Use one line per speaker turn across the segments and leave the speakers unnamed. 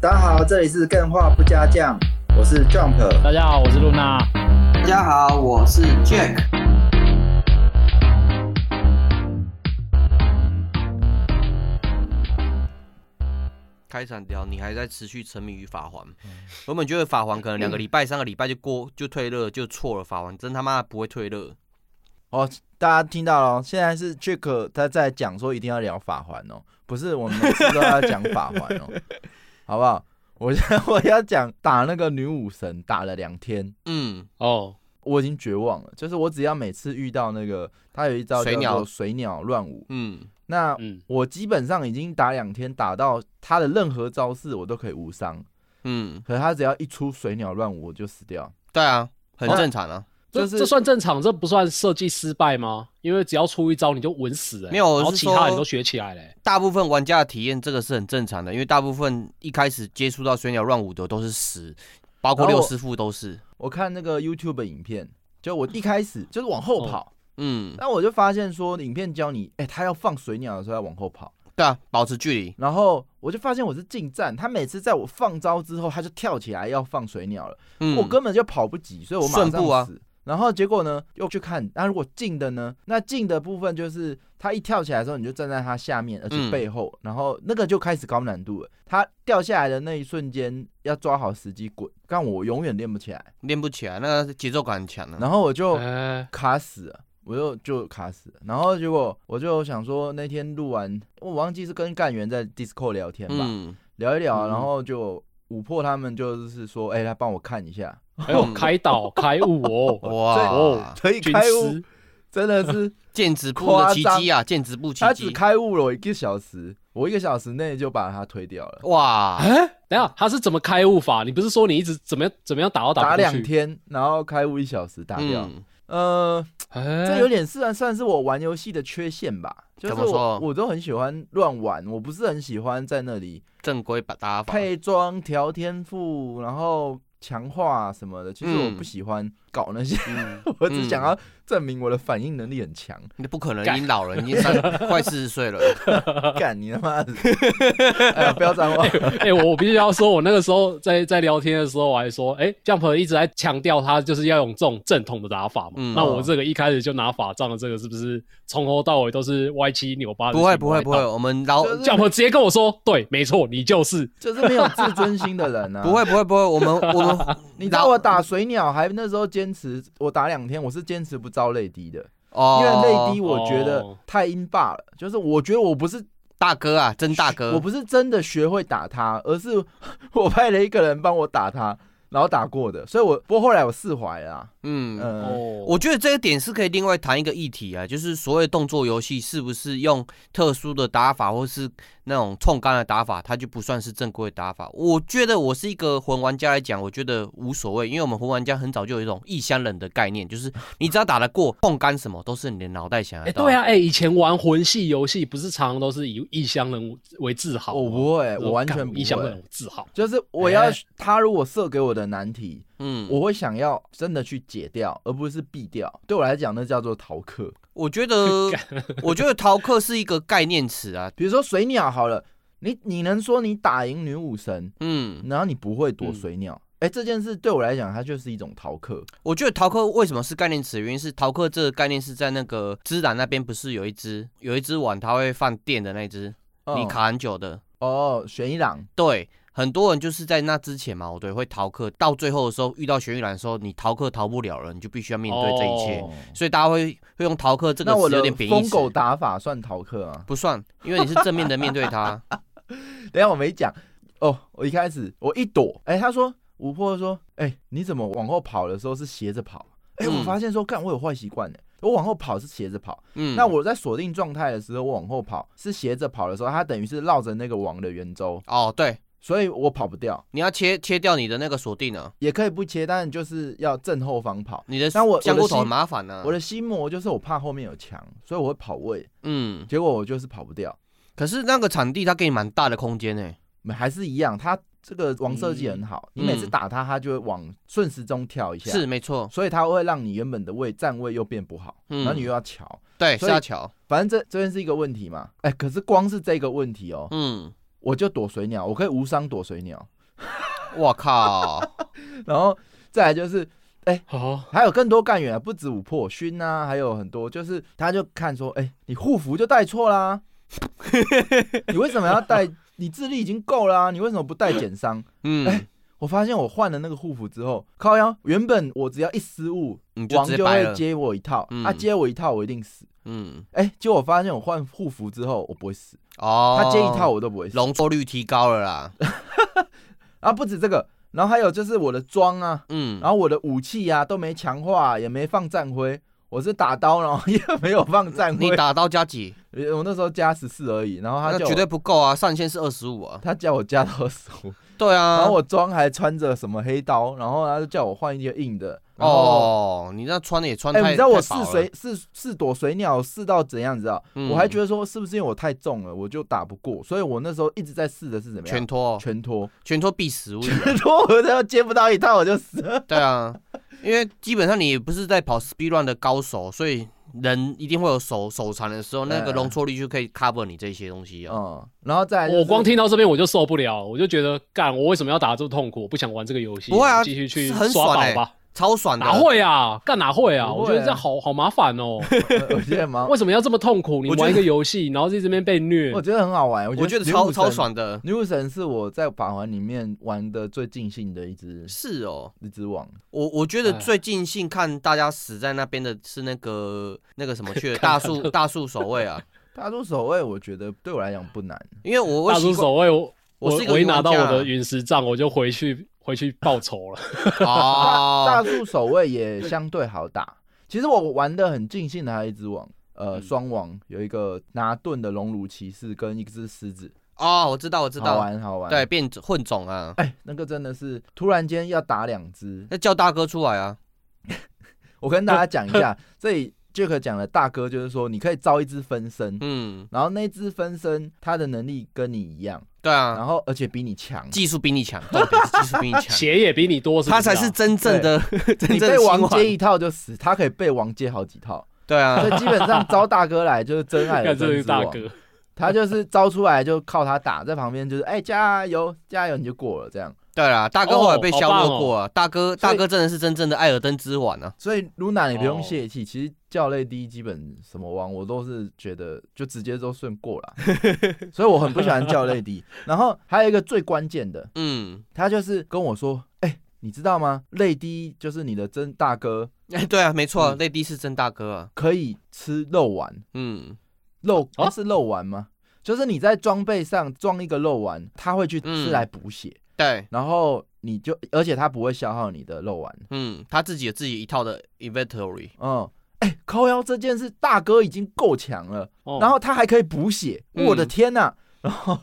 大家好，这里是更画不加酱，我是 Jump。
大家好，我是露娜。
大家好，我是 Jack。
开场聊，你还在持续沉迷于法环。
嗯
我本觉得法环可能两个礼拜、三个礼拜就过就退热，就错了。法环真他妈不会退热。
哦，大家听到了哦，现在是 Jack 他在讲说一定要聊法环哦，不是我们每次都要讲法环哦， 好不好？我现在 我要讲打那个女武神，打了两天，
嗯，
哦，
我已经绝望了。就是我只要每次遇到那个，他有一招
水
叫
鸟
做水鸟乱舞，
嗯，
那
嗯，
我基本上已经打两天，打到他的任何招式我都可以无伤，
嗯，
可是他只要一出水鸟乱舞我就死掉。
对啊，很正常
哦
啊。
就
这
是
这算正常，这不算设计失败吗？因为只要出一招你就稳死了、
没有我是
然后其
说
他人都学起来了、
大部分玩家的体验这个是很正常的，因为大部分一开始接触到水鸟乱舞的都是十，包括
然后
六
我
师傅都是。
我看那个 YouTube 影片，就我一开始就是往后跑，
嗯，
那、我就发现说，影片教你，哎、他要放水鸟的时候要往后跑，
对啊，保持距离。
然后我就发现我是近战，他每次在我放招之后，他就跳起来要放水鸟了，
嗯，
我根本就跑不及，所以我马上
顺步啊
死。然后结果呢，又去看，那、如果近的呢？那近的部分就是他一跳起来的时候，你就站在他下面，而且
嗯
背后，然后那个就开始高难度了。他掉下来的那一瞬间，要抓好时机滚，但我永远练不起来。
练不起来，那个节奏感很强啊。
然后我就。
哎、
卡死了，我就就卡死了。然后结果我就想说，那天录完，我忘记是跟干员在 Discord 聊天吧，
嗯，
聊一聊，啊
嗯
然后就五破他们就是说，哎、来帮我看一下，
哎呦，开导开悟哦，
哇，
可以
军
开悟
师，
真的 是
剑指部的奇迹啊，剑指部奇
他只
迹。
开悟了我一个小时，我一个小时内就把他推掉
哦
了，
哇，
哎等一下他是怎么开悟法？你不是说你一直怎么样怎么样打都
打
不过
两
去？
天，然后开悟一小时打掉，
嗯
呃，
哎，
这有点算算是我玩游戏的缺陷吧。就是
怎么
我
说
我都很喜欢乱玩，我不是很喜欢在那里
正规把打法。
配装、调天赋，然后强化什么的。其实我
嗯
不喜欢搞那些，
嗯，
我只想要证明我的反应能力很 强。
你不可能，
干
已经老了，已经三快四 十岁了。
干你他妈的！ 哎呀，不要脏话！
哎、我我必须要说，我那个时候在在聊天的时候，我还说，哎、j u m p 一直在强调他就是要用这种正统的打法嘛。
嗯
那我这个一开始就拿法杖的这个，是不是从头到尾都是歪七扭八的？
不会，不会，不会，。我们 老
就是
Jump 直接跟我说，对，没错，你就是。
就是没有自尊心的人啊！
不，会，不会，不会，我们我们
你知道我打水鸟还那时候坚持，我打两天，我是坚持不招泪滴的，
哦
因为泪滴我觉得
哦
太阴霸了，就是我觉得我不是
大哥啊，真大哥，
我不是真的学会打他，而是 我派了一个人帮我打他，然后打过的，所以我不过后来我释怀了啊。
嗯。
嗯，
哦，
我觉得这个点是可以另外谈一个议题啊，就是所谓动作游戏是不是用特殊的打法或是那种冲杆的打法，它就不算是正规的打法。我觉得我是一个魂玩家来讲，我觉得无所谓，因为我们魂玩家很早就有一种异乡人的概念，就是你只要打得过碰杆什么，都是你的脑袋想
哎、
得到。
对啊，哎、以前玩魂系游戏不是常常都是以异乡人为自豪
哦
吗？
我不会，
说
我完
干
全不
异乡人
会
为。自豪。
就是我要、
哎
他如果设给我的难题，
嗯，
我会想要真的去解掉，而不是避掉。对我来讲，那叫做逃课。
我觉 得，我觉得逃课是一个概念词啊。
比如说水鸟好了，你你能说你打赢女武神，
嗯，
然后你不会躲
嗯
水鸟？哎、这件事对我来讲，它就是一种逃课。
我觉得逃课为什么是概念词？原因是逃课这个概念是在那个芝兰那边，不是有一只有一只碗，它会放电的那只，
嗯
你卡很久的。
哦，悬一郎，
对，很多人就是在那之前嘛，我对会逃课，到最后的时候遇到悬疑兰的时候，你逃课逃不了了，你就必须要面对这一切。
哦
所以大家会会用逃课这个
那我
词
的
有点贬义
疯
词。
狗打法算逃课啊？
不算，因为你是正面的面对它。
等一下我没讲哦，我一开始我一躲，哎、他说五破说，哎、你怎么往后跑的时候是斜着跑？哎、
嗯
我发现说，干我有坏习惯呢，我往后跑是斜着跑，
嗯，
那我在锁定状态的时候，我往后跑是斜着跑的时候，它等于是绕着那个网的圆周，
哦，对，
所以我跑不掉，
你要切切掉你的那个锁定啊，
也可以不切，但就是要正后方跑。
你的
但我我的
降过头
心
很麻烦啊呢、
我的心魔就是我怕后面有墙，所以我会跑位，
嗯，
结果我就是跑不掉。
可是那个场地它给你蛮大的空间呢、
没还是一样，它这个网设计很好，
嗯
你每次打它，它就会往顺时钟跳一下。
是没错，
所以它会让你原本的位站位又变不好，
嗯
然后你又要瞧，
对，
所以
下桥，
反正这这边是一个问题嘛。哎、可是光是这个问题哦，
嗯，
我就躲水鸟，我可以无伤躲水鸟。
我靠，
然后再来就是
好，
还有更多干员啊，不止五破勋啊，还有很多，就是他就看说，哎、你护符就带错 啦，你为什么要带？你智力已经够啦、你为什么不带减伤？
嗯，
我发现我换了那个护符之后，靠腰，原本我只要一失误，
你就
王
直接
就
掰
会
了，
接我一套，
嗯
啊，接我一套我一定死。
嗯，
哎、结果我发现我换护符之后，我不会死，
哦，
他接一套我都不会死。
容错率提高了啦，
啊，不止这个，然后还有就是我的装啊，
嗯，
然后我的武器啊都没强化、也没放战徽，我是打刀，然后也没有放战徽
你。打到加几？
呃我那时候加十四而已，然后他
那
叫
绝
我
对不够啊，上限是二十五啊。
他叫我加到十五，
对啊，
然后我装还穿着什么黑刀，然后他就叫我换一些硬的。然后，
哦，你那穿的也穿
哎、
太，
你知道我
太
试
薄了
水试试躲水鸟试到怎样，你知道？
嗯
我还觉得说是不是因为我太重了，我就打不过，所以我那时候一直在试的是怎么样？
全脱，
全脱，
全脱必死 无疑啊。
全脱，我都接不到一套我就死了。
对啊，因为基本上你也不是在跑 speed run 的高手，所以人一定会有手手残的时候，那个
哎
容错率就可以 cover 你这些东西啊。
嗯，然后再来就是、
我光听到这边我就受不了，我就觉得干，我为什么要打这么痛苦？我不想玩这个游戏，
不会啊
继续去
很
刷
爽
宝
欸
吧。
超爽的。
哪会啊？干哪会啊？
不会
我觉得这样好好麻烦 哦。
我，我觉得蛮，
为什么要这么痛苦？你
我觉得
玩一个游戏，然后在这边被虐
我，觉得很好玩，
我
我
觉得
女
超
武
超
神。
爽的。
女武神是我在法环里面玩的最尽兴的一只
是哦，
一只网，
我我觉得
哎
最尽兴看大家死在那边的是那个那个什么去了大树大树守卫啊，
大多守卫我觉得对我来讲不难，
因为我
大
我
叔
习惯
守卫，我
我
我
是一个啊
我一拿到
云
我
玩家
的陨石杖，我就回去回去报仇了。
大
哦，
树守卫也相对好打。其实我玩的很尽兴的还有一只网，呃，
嗯
双网有一个拿盾的熔炉骑士跟一只狮子，
哦，我知道我知
好
道，
玩好玩。
对，，变混种啊，
哎，那个真的是突然间要打两只，
那叫大哥出来啊，
我跟大家讲一下，这里 Jack 讲的大哥就是说，你可以招一只分身，
嗯，
然后那只分身它的能力跟你一样，
对啊，
然后而且比你 强，
技术比你强，重点是技术比你 强，
血也比你多，是不
他
是啊
才是真正的真
你
正的
被
亲
王
王
接一套就死，他可以被王接好几套，
对
所
啊，
以基本上招大哥来就是真爱 的
干这
真
是
之
大
王，
哥。
他就是招出来就靠他打，在旁边就是哎、加油加油你就过了这样，
对啦，大哥后来被
哦好
削
棒
弱
哦
过啊，大哥
所以
大哥真的是真正的艾尔登之碗啊，
所以露娜你不用
哦
泄气，其实教类第一基本什么王我都是觉得就直接都顺过了， 所以我很不喜欢教类第一，然后还有一个最关键的，
嗯，
他就是跟我说，哎、你知道吗？泪滴就是你的真大哥，
哎，对啊，没错啊，
嗯
泪滴是真大哥啊，
可以吃肉丸，
嗯，
肉、
啊
诶是肉丸吗？就是你在装备上装一个肉丸，他会去
嗯
吃来补血，
对，
然后你就，而且它不会消耗你的肉丸。
嗯，他自己有自己一套的 inventory，
嗯，哎、靠腰这件事，大哥已经够强了，
哦
然后他还可以补血，
嗯
我的天呐、 然后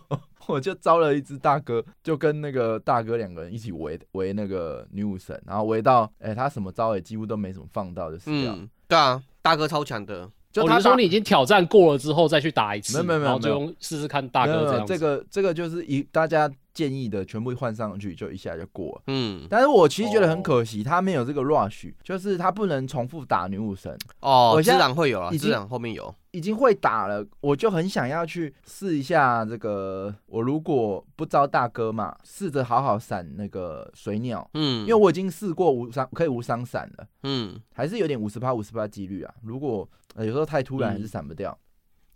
我就招了一只大哥，就跟那个大哥两个人一起围围那个女武神，然后围到，哎、他什么招也几乎都没怎么放到，就死掉。
嗯，对啊，大哥超强的，
就
哦
他
你是说
打
你已经挑战过了之后再去打一次，
没有没有没有
然后就用试试看大
没有
哥
没
这
有
样子。
这个这个就是一大家建议的全部换上去，就一下就过了。
嗯，
但是我其实觉得很可惜，他没有这个 rush，就是他不能重复打女武神，
哦
我，
之
现在
朗会有啊，
已
之
经
朗后面有，
已经会打了，我就很想要去试一下这个。我如果不招大哥嘛，试着好好闪那个水鸟，
嗯，
因为我已经试过无伤，可以无伤闪了，
嗯，
还是有点五十八五十八几率啊。如果、呃有时候太突然，还是闪不掉。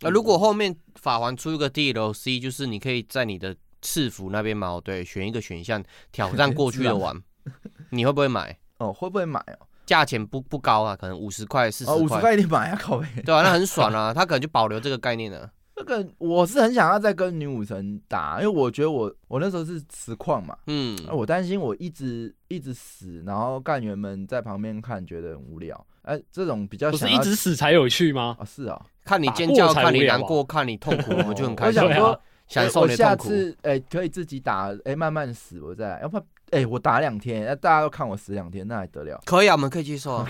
那如果后面法环出一个 DLC，就是你可以在你的赐福那边嘛，对，选一个选项挑战过去的 玩，你会不会买？
哦，会不会买哦？
价钱不不高啊，可能五十块、四
哦，
十
五十
块，
块一定买啊，靠背。
对啊，那很爽啊，他可能就保留这个概念了。
这个我是很想要再跟女武神打，因为我觉得我我那时候是实况嘛，
嗯，
啊我担心我一直一直死，然后干员们在旁边看觉得很无聊。哎、这种比较
不是
想
一
要
直死才有 趣吗？
哦，是哦，
看你尖
打
叫，
过才
看你
无聊啊
难过，看你痛苦，我们就很
我
开心
想
对啊
说，
享
我
受你的
下
痛苦。
次哎、可以自己打，哎、慢慢死，我再来，要不然哎、我打两天，那大家都看我死两天，那还得了？
可以啊，我们可以接受啊。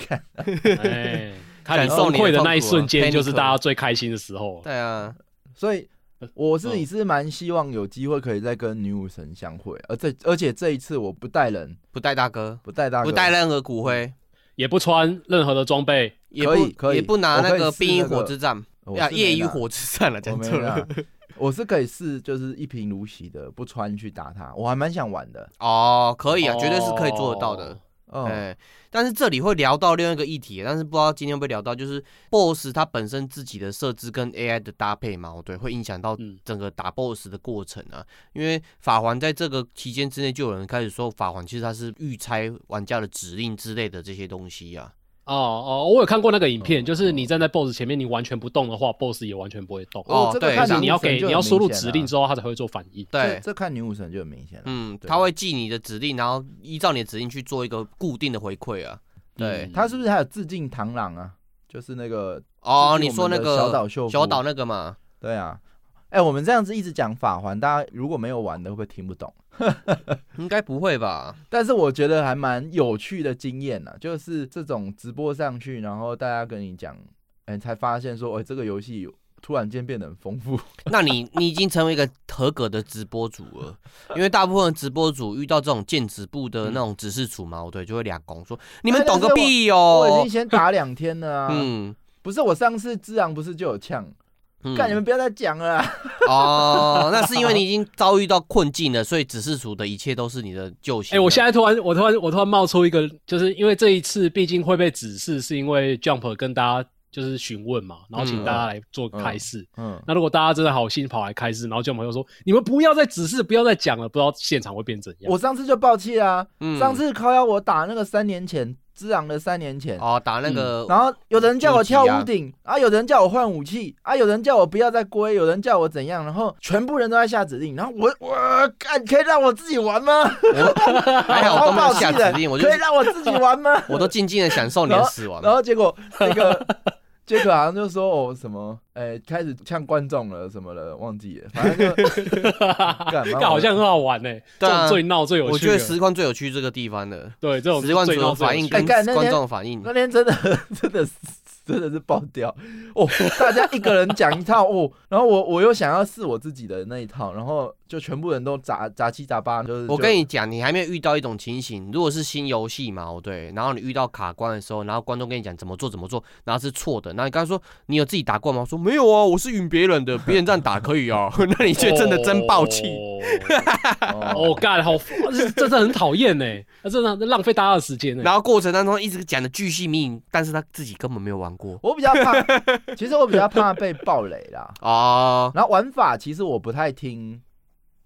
哎，看你
感受
崩
你的
溃
痛苦啊
那一瞬间，就是
panic
大家最开心的时
哦
候了。
对啊，
所以我自己是蛮希望有机会可以再跟女武神相会，而这而且这一次我不带人，
不带大哥，
不带大哥，嗯
不带任何骨灰，
也不穿任何的装备，
也
可以
不
可以
也不拿
我
那
可
个
以试
冰与
那个
火之战
我
呀，
是
啊夜
没
与
拿
火之战了，
我
啊讲
没
错了
啦。 我是可以试，就是一贫如洗的不穿去打他，我还蛮想玩的。
哦，可以啊，绝对是可以做得到的
哦。
嗯，
哎、但是这里会聊到另外一个议题，但是不知道今天会不会聊到，就是 BOSS 它本身自己的设置跟 AI 的搭配嘛，哦对，会影响到
嗯
整个打 BOSS 的过程啊。因为法环在这个期间之内，就有人开始说法环其实它是预猜玩家的指令之类的这些东西啊。
哦哦，我有看过那个影片，
嗯
就是你站在 BOSS 前面，你完全不动的话，BOSS 也完全不会动。
哦
这个
对
看
就是
女
你要
武神
给
就
你要
很
输入
明显啊
指
了
令之后，它才会做反应。
这
对，
这看女武神就很明显了。
嗯，
对
它会记你的指令，然后依照你的指令去做一个固定的回馈啊。对
嗯
他是不是还有致敬螳螂啊？就是那个
哦，
致
你
敬我
说
们
那
的
个
小岛秀夫
小岛那个嘛，
对啊，哎、我们这样子一直讲法环，大家如果没有玩的，会不会听不懂？
应该不会吧？
但是我觉得还蛮有趣的经验呐、就是这种直播上去，然后大家跟你讲，哎、才发现说，哎、这个游戏突然间变得很丰富。
那你你已经成为一个合格的直播主了，因为大部分的直播主遇到这种剑指部的那种指示主嘛，对，就会俩拱说你们懂个
我已
屁哦
经，先打两天了啊，
嗯，
不是我上次之昂不是就有呛，
嗯
干、你们不要再讲了啊、
哦，那是因为你已经遭遇到困境了，所以指示主的一切都是你的救
哎、
星了。
我现在突然，我突然，我突然冒出一个，就是因为这一次毕竟会被指示，是因为 Jump 跟大家就是询问嘛，然后请
嗯
大家来做开示。
嗯，
那如果大家真的好心跑来开示，然后 Jump 又说你们不要再指示，不要再讲了，不知道现场会变怎样。
我上次就爆气啊，
嗯
上次靠腰我打那个三年前之昂的三年前，
哦打那个，
然后有人叫我跳
究极啊
屋顶啊有人叫我换武器啊，有人叫我不要再归，有人叫我怎样，然后全部人都在下指令，然后我我干可以让我自己玩吗？
我还好
超
我都没有
爆
下
气
指
的，
令，我就？
可以让我自己玩吗
我都静静的享受你的死亡。
然后结 果那个杰克好像就说哦什么，哎开始呛观众了什么了，忘记了，反正就 干
干好像很好玩呢、欸这
对啊
种最闹最有趣的。
我觉得实况最有趣这个地方的，
对这种
实况
最
组
闹
的
最有
反应
趣
跟
哎干那天
观众的反应，
那天真的真的是真的是爆掉哦！大家一个人讲一套哦，然后我我又想要试我自己的那一套，然后就全部人都杂杂七杂八，就是哦
我跟
就
你讲，你还没有遇到一种情形，如果是新游戏嘛，哦对，然后你遇到卡关的时候，然后观众跟你讲怎么做怎么做，然后是错的，那你刚才说你有自己打过吗？我说没有啊，我是允别人的，别人这样打可以啊， 那你就真的真爆气。
哦，
哦，
干好，这真的很讨厌呢，那真的浪费大家的时间呢。欸
然后过程当中一直讲的巨细靡遗，但是他自己根本没有玩过
我比较怕，其实我比较怕被暴雷啦。
哦，
然后玩法其实我不太听，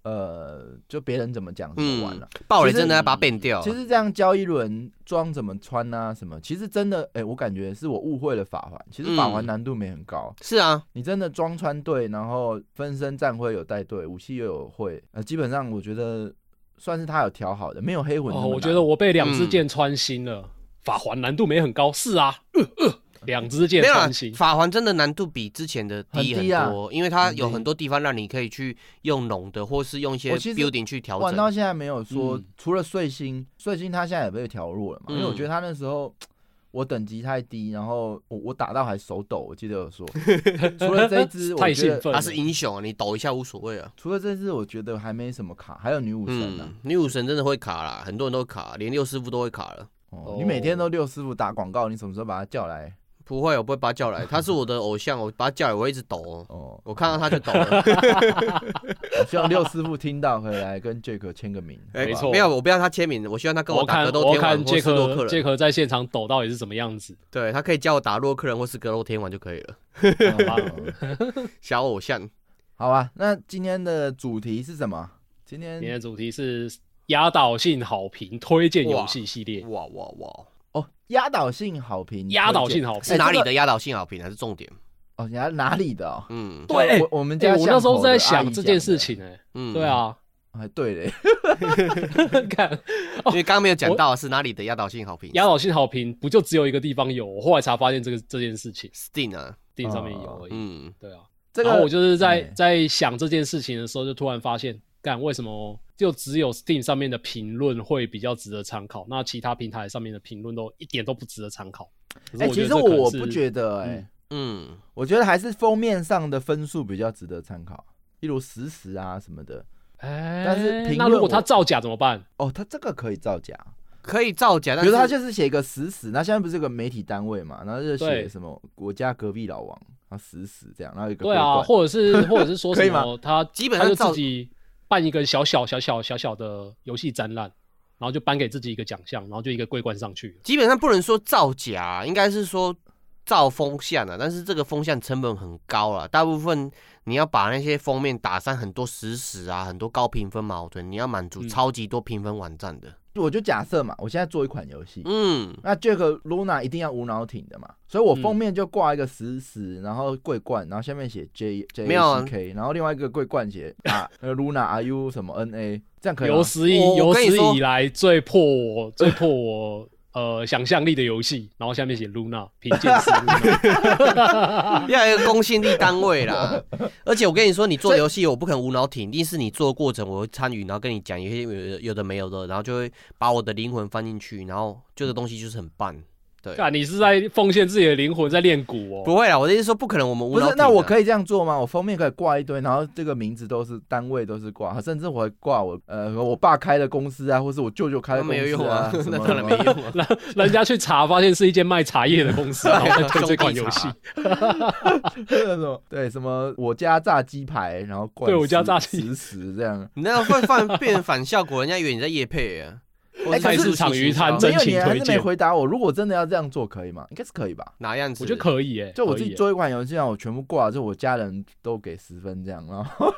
呃，就别人怎么讲怎
嗯
么玩了、
爆雷真的要把它变掉。
其实这样教一轮装怎么穿啊什么，其实真的，哎、我感觉是我误会了法环。其实法环
嗯
难度没很高，
是啊，
你真的装穿对，然后分身战会有带队，武器又有会，呃，基本上我觉得算是他有调好的，没有黑魂那么
哦，
难。
我觉得我被两支
嗯
箭穿心了。法环难度没很高，是啊，呃呃两支箭
没有啊啦
穿心，
法环真的难度比之前的低
很
很
低啊
多，因为它有
很低
很多地方让你可以去用龙的，或是用一些
我其实
building 去调
玩到
整。
现在没有说，
嗯
除了碎星，碎星他现在也被调弱了嘛，因为我
嗯
觉得他那时候。我等级太低，然后我我打到还手抖，我记得有 说。除了这一只，我
太
觉
兴
得
奋了。
它是英雄啊，你抖一下无所谓啊。
除了这只，我觉得还没什么卡，还有女武神呢、啊
嗯，女武神真的会卡啦，很多人都卡，连六师傅都会卡了。
哦，你每天都六师傅打广告，你什么时候把他叫来？
不会，我不会把 他叫来，他是我的偶像，我把他叫来，我会一直抖哦。
哦，
我看到他就抖 了，
我希望六师傅听到回来跟 Jack 签个名。
哎
没
好不好
错
没有，我不要他签名，我希望他跟
我
打
看
格斗
我
天王
看
或
杰
斯洛克
克杰
人，
克在现场抖到底是什么样子，
对他可以叫我打洛克人或是格斗天王就可以
哎
了。
嗯
小偶像，
好吧，那今天的主题是什么？今天
今天的主题是压倒性好评推荐游戏系列，
哇嗯哇哇，
哦，压倒性好评，
压倒性
好
好评。
是
哎
哪里
这个
的压倒性好评才是重点？
哦，你还哪里的哦？
嗯
对
就我我们
哎
家、
我那时候在想这件事，情、哎，
嗯，
对，啊，
哎，对嘞，
看
因为刚刚没有讲到是哪里的压倒性好评
压倒性好评不就只有一个地方有，我后来才发现这个这件事情，
，Steam 啊，
地上面有而已。
嗯，
对啊，
这
然后
个
我就是在、
哎
在想这件事情的时候，就突然发现，干为什么就只有 Steam 上面的评论会比较值得参考，那其他平台上面的评论都一点都不值得参考。可是
哎、
我觉
其实
得这可能
我
是
不觉得哎、
嗯
嗯，
我觉得还是封面上的分数比较值得参考，例如实时啊什么的。
哎，
但是评论
那如果他
我
造假怎么办？
哦，他这个可以造假，
可以造假，但
比如
是
说他就是写一个实时，那现在不是有个媒体单位嘛，然后就写
对
什么我家隔壁老王，然后死死这样，然后有一个
对
火
啊，
罐
或者是或者是说
可以
什
吗
么，他
基本
他
上
就
照
自己办一个小小小小小小的游戏展览，然后就颁给自己一个奖项，然后就一个桂冠上去。
基本上不能说造假，应该是说造风向啊。但是这个风向成本很高了，大部分你要把那些封面打上很多实时啊，很多高评分矛盾，你要满足
嗯
超级多评分网站的。
我就假设嘛，我现在做一款游戏，
嗯，
那 Jack Luna 一定要无脑挺的嘛，所以我封面就挂一个死死，然后桂冠，然后下面写 J J
没有啊
C K，然后另外一个桂冠写 啊呃 Luna R U 什么 N A，这样可以吗
有？史以
我我
有
跟你
史
说
以来最破我最破我呃想象力的游戏，然后下面写 Luna 凭借是 Luna，
要有一个公信力单位啦。而且我跟你说，你做游戏我不肯无脑挺，一定是你做的过程我会参与，然后跟你讲一些有的有的没有的，然后就会把我的灵魂放进去，然后这个东西就是很棒。对，
干啊你是在奉献自己的灵魂在练鼓哦。
不会啦，我的意思说不可能，我们无
不
脑
是，
挺啊
那我
以
可以这样做吗？我封面可以挂一堆，然后这个名字都是单位都是挂，甚至我还挂我呃我爸开的公司啊，或是我舅舅开的公
没有
司
用
啊， 什
那
么
当然没用啊。
然后人家去查，发现是一间卖茶叶的公 司，然后在推这款
啊兄弟
游戏
茶。
什么 对什么我家炸鸡排，然后冠
对我家
死
炸鸡
死死这样，
你那样会犯变成反效果，人家以为你在夜配啊。或
哎
是
可是
自助
场
型
鱼
行
摊
销
没
真
有
情
你还
推
是没
荐
回答我，如果真的要这样做可以吗？应该是可以吧。
哪样子？
我觉得可以耶，
就我
可
自
以
己
耶
做一款游戏，让我全部挂，就我家人都给十分这样，然后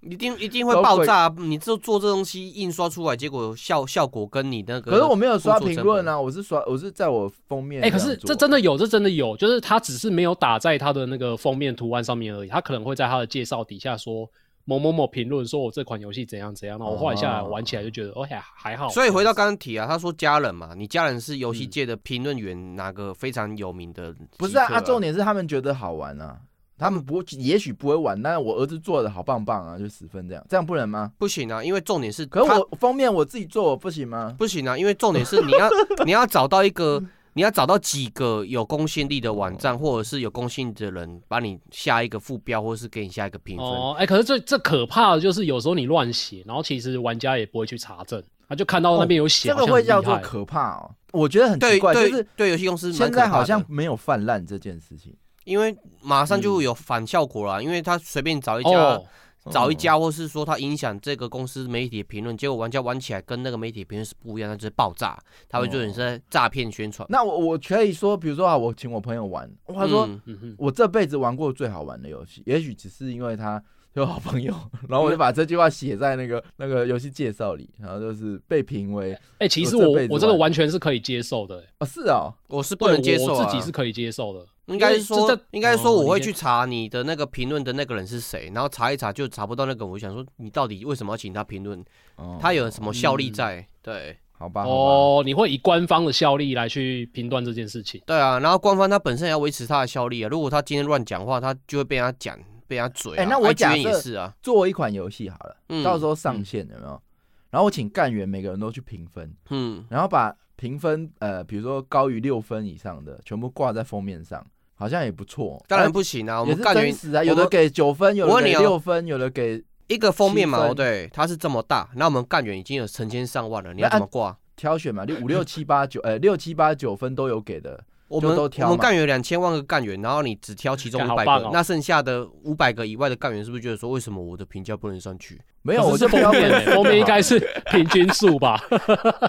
一定一定会爆炸。你就做这东西印刷出来，结果效效果跟你那个，
可是我没有刷
工作
评
成
论
本
啊，我是刷我是在我封面
哎、
样
可
做。
是这真的有，这真的有，就是他只是没有打在他的那个封面图案上面而已，他可能会在他的介绍底下说某某某评论说我这款游戏怎样怎样，然后我换下来
哦
玩起来就觉得，哦还还好。
所以回到
这样子
刚刚提啊，他说家人嘛，你家人是游戏界的评论员，哪个非常有名的极客、
不是啊？啊，重
点
点是他们觉得好玩啊，他们不也许不会玩，但是我儿子做的好棒棒啊，就十分这样，这样不能吗？
不行啊，因为重点是
可是
他
我封面我自己做不行吗？
不行啊，因为重点是你要你要找到 一个，
嗯
你要找到几个有公信力的网站，或者是有公信力的人，把你下一个副标，或是给你下一个评分。
哦，哎、可是这这可怕的就是有时候你乱写，然后其实玩家也不会去查证，他就看到那边有
哦
写、
这个
好像
会
很厉
叫做
害
可怕哦，我觉得很奇
对
怪，
对、
就是
对，游戏公司蛮
现
可怕
在
的
好像没有泛滥这件事情，
因为马
嗯
上就有反效果了，因为他随便找一家、
哦，
找一
嗯
家，或是说他影响这个公司媒体评论，结果玩家玩起来跟那个媒体评论是不一样，那就是爆炸，他会做你是在诈骗宣传。
那我我可以说，比如说啊，我请我朋友玩，他说
嗯
嗯哼，
我这辈子玩过最好玩的游戏，也许只是因为他有好朋友，然后我就把这句话写在那个那个游戏介绍里，然后就是被评为
哎、其
我
实
哦这
我
辈子
我这个
玩
完全是可以接受的、哎
哦是哦，
我是不
对
能接受、
我
啊，
自己是可以接受的。
应该是
因为
说
这这，
应该是说
哦
我会
你
去查你的那个评论的那个人是谁，然后查一查就查不到那个人，我就想说你到底为什么要请他评论？
哦
他有什么效力
嗯
在？对
好吧好吧，
哦，你会以官方的效力来去评断这件事情。
对啊，然后官方他本身也要维持他的效力啊，如果他今天乱讲话，他就会被他讲，被他嘴、啊。
哎那我
IGN
假设
也是啊，
做一款游戏好了，
嗯
到时候上线有没有？然后我请干员每个人都去评分，
嗯，
然后把评分呃，比如说高于六分以上的全部挂在封面上，好像也不错。哎
当然不行啊，我
也
们
是
干
真
员
实啊，
我
有的
们
给九分，有
我
的
问
给
你哦
六分，有的给
一个封面嘛，哦
七分
对，它是这么大，那我们干员已经有成千上万了，你要
那按
怎么挂？
挑选嘛，六五六七八九，呃，六七八九分都有给的，
我们
就都
我
挑嘛
们干员两千万个干员，然后你只挑其中
干
五
好
百
棒
个
哦，
那剩下的五百个以外的干员是不是觉得说，为什么我的评价不能上去？
没有，我
可是
就是不
封
要
面、
粉丝
哎封面应该是平均数吧？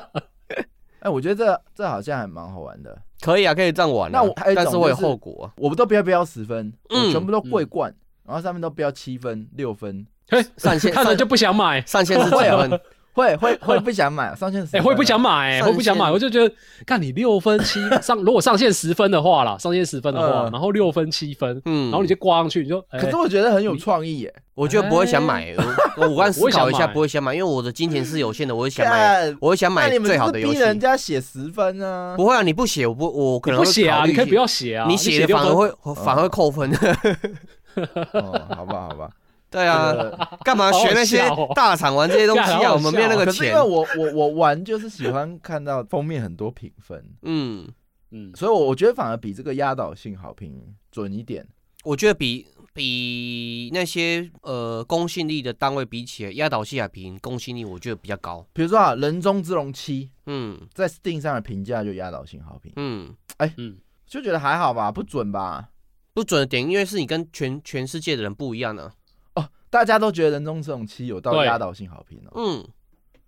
哎，我觉得这这好像还蛮好玩的。
可以啊，可以这样玩啊、
那我还有一种
但是会有
就是
后果啊、
我们都不要标十分，
嗯
我全部都桂冠，然后上面都标七分、六分，
嘿，
上线
看着
上
就不想买，
上线是几
会啊
分？
会会会不想买，啊上线十
哎、
分
会不想买、
上
会不想买，
线
我就觉得，看你六分七上，如果上线十分的话啦，上线十分的话，
嗯
然后六分七分，
嗯，
然后你就挂上去，你就，哎
啊可是我觉得很有创意耶，
我觉得不会想买，我我我刚思考
我会
一下，
想买
不会想买，因为我的金钱是有限的，我会想买，
看
我会想
那
买
你们
最好
是
的游
逼
戏。
人家写十分呢？
不会啊，你不写，我不，我可
你
能
不
会
写啊，
考虑
你可以
写
不要写啊，
你
写
写的
六
反而
分
会反而会扣分。 啊
哦，好吧，好吧。
对 啊
这个，
干嘛
好好
学那些
笑哦
大厂玩这些东西
干好
啊？
好
我们没有那
笑哦
个
可是因
钱
为。我我我玩就是喜欢看到封面很多评分，
嗯，
嗯，
所以我我觉得反而比这个压倒性好评准一点。
我觉得比比那些呃公信力的单位比起来，压倒性海平公信力我觉得比较高。
比如说啊，《人中之龙七》
嗯
在 Steam 上的评价就压倒性好评，
嗯，
嗯，
就觉得还好吧，不准吧？
不准的点，因为是你跟全全世界的人不一样啊的。
哦，大家都觉得人中之龙七有到
对
压倒性好评哦。
嗯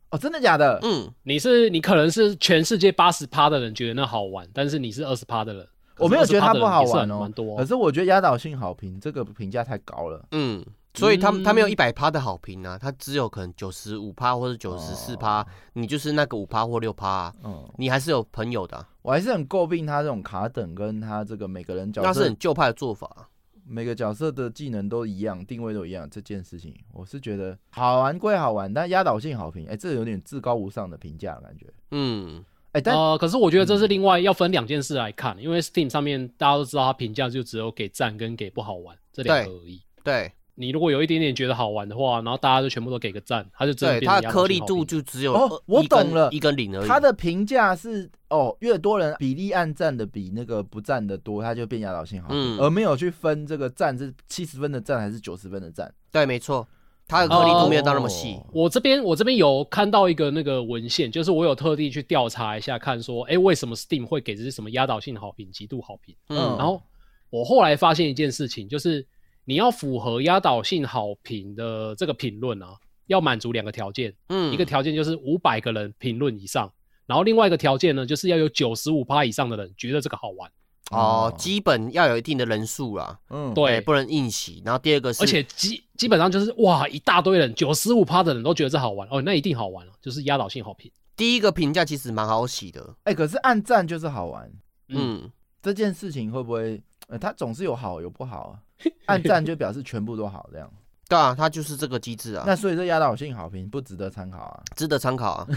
哦，真的假的？
嗯，
你是你可能是全世界八十趴的人觉得那好玩，但是你是二十趴的人，
我没有觉得它
它
不好玩哦
蛮多、，
啊
可是我觉得压倒性好评这个评价太高了。
嗯，所以他他没有
嗯
一百趴的好评啊，他只有可能九十五趴或者九十四
哦
趴，你就是那个五趴或六趴、啊，
嗯，
你还是有朋友的啊、
我还是很诟病他这种卡等跟他这个每个人角
那是
色
很旧派的做法啊。
每个角色的技能都一样，定位都一样这件事情，我是觉得好玩归好玩，但压倒性好评，哎、这有点至高无上的评价感觉。
嗯，
哎、但、
呃，可是我觉得这是另外要分两件事来看，因为 Steam 上面大家都知道它评价就只有给赞跟给不好玩这两个
对
而已。
对
你如果有一点点觉得好玩的话，然后大家就全部都给个赞，它就真的
对，
变成压
它的
倒
颗
性
粒
好
度
评
就只有
哦
二
我
一跟
懂了
一跟零而已。
他的评价是哦，越多人比例按赞的比那个不赞的多，他就变压倒性好评，
嗯
而没有去分这个赞是七十分的赞还是九十分的赞。
对，没错，它的颗粒度没有到那么细。
哦
我这边我这边有看到一个那个文献，就是我有特地去调查一下，看说，哎、为什么 Steam 会给这些什么压倒性好评、极度好评？
嗯
然后我后来发现一件事情，就是你要符合压倒性好评的这个评论啊，要满足两个条件，
嗯
一个条件就是五百个人评论以上，然后另外一个条件呢，就是要有九十五趴以上的人觉得这个好玩，
哦，基本要有一定的人数啦，
嗯，
对
哎，不能硬洗。然后第二个是，
而且基基本上就是哇，一大堆人，九十五趴的人都觉得这好玩哦，那一定好玩了、就是压倒性好评。
第一个评价其实蛮好洗的。
哎、可是按赞就是好玩，
嗯
嗯，
这件事情会不会？呃，它总是有好有不好啊。按赞就表示全部都好这样，
对啊，它就是这个机制啊，
那所以这压倒性好评不值得参考啊。
值得参考啊。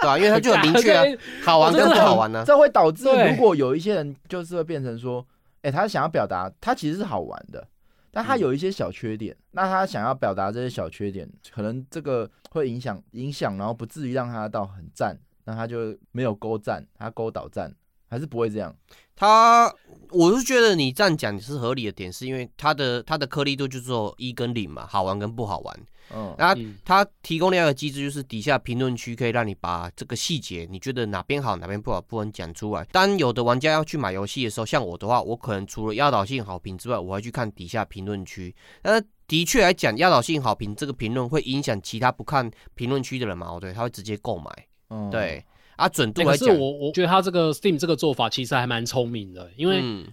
对啊，因为它就很 明确啊，
对
好玩
哦
跟
真
不
的
好玩呢。
这会导致
对
如果有一些人就是会变成说，哎、他想要表达他其实是好玩的，但
嗯
他有一些小缺点，那他想要表达这些小缺点，可能这个会影响影响，然后不至于让他到很赞，那他就没有勾赞，他勾倒赞还是不会这样。
它，我是觉得你这样讲是合理的点，是因为它的它的颗粒度就只有一跟零嘛，好玩跟不好玩。
嗯，
那
嗯
它提供另外一个机制，就是底下评论区可以让你把这个细节，你觉得哪边好哪边不好部分讲出来。当有的玩家要去买游戏的时候，像我的话，我可能除了压倒性好评之外，我还去看底下评论区。那的确来讲，压倒性好评这个评论会影响其他不看评论区的人嘛？哦，对，他会直接购买。
嗯，
对啊，准度
欸、
来
可是
讲，
我我觉得他这个 Steam 这个做法其实还蛮聪明的，因为
嗯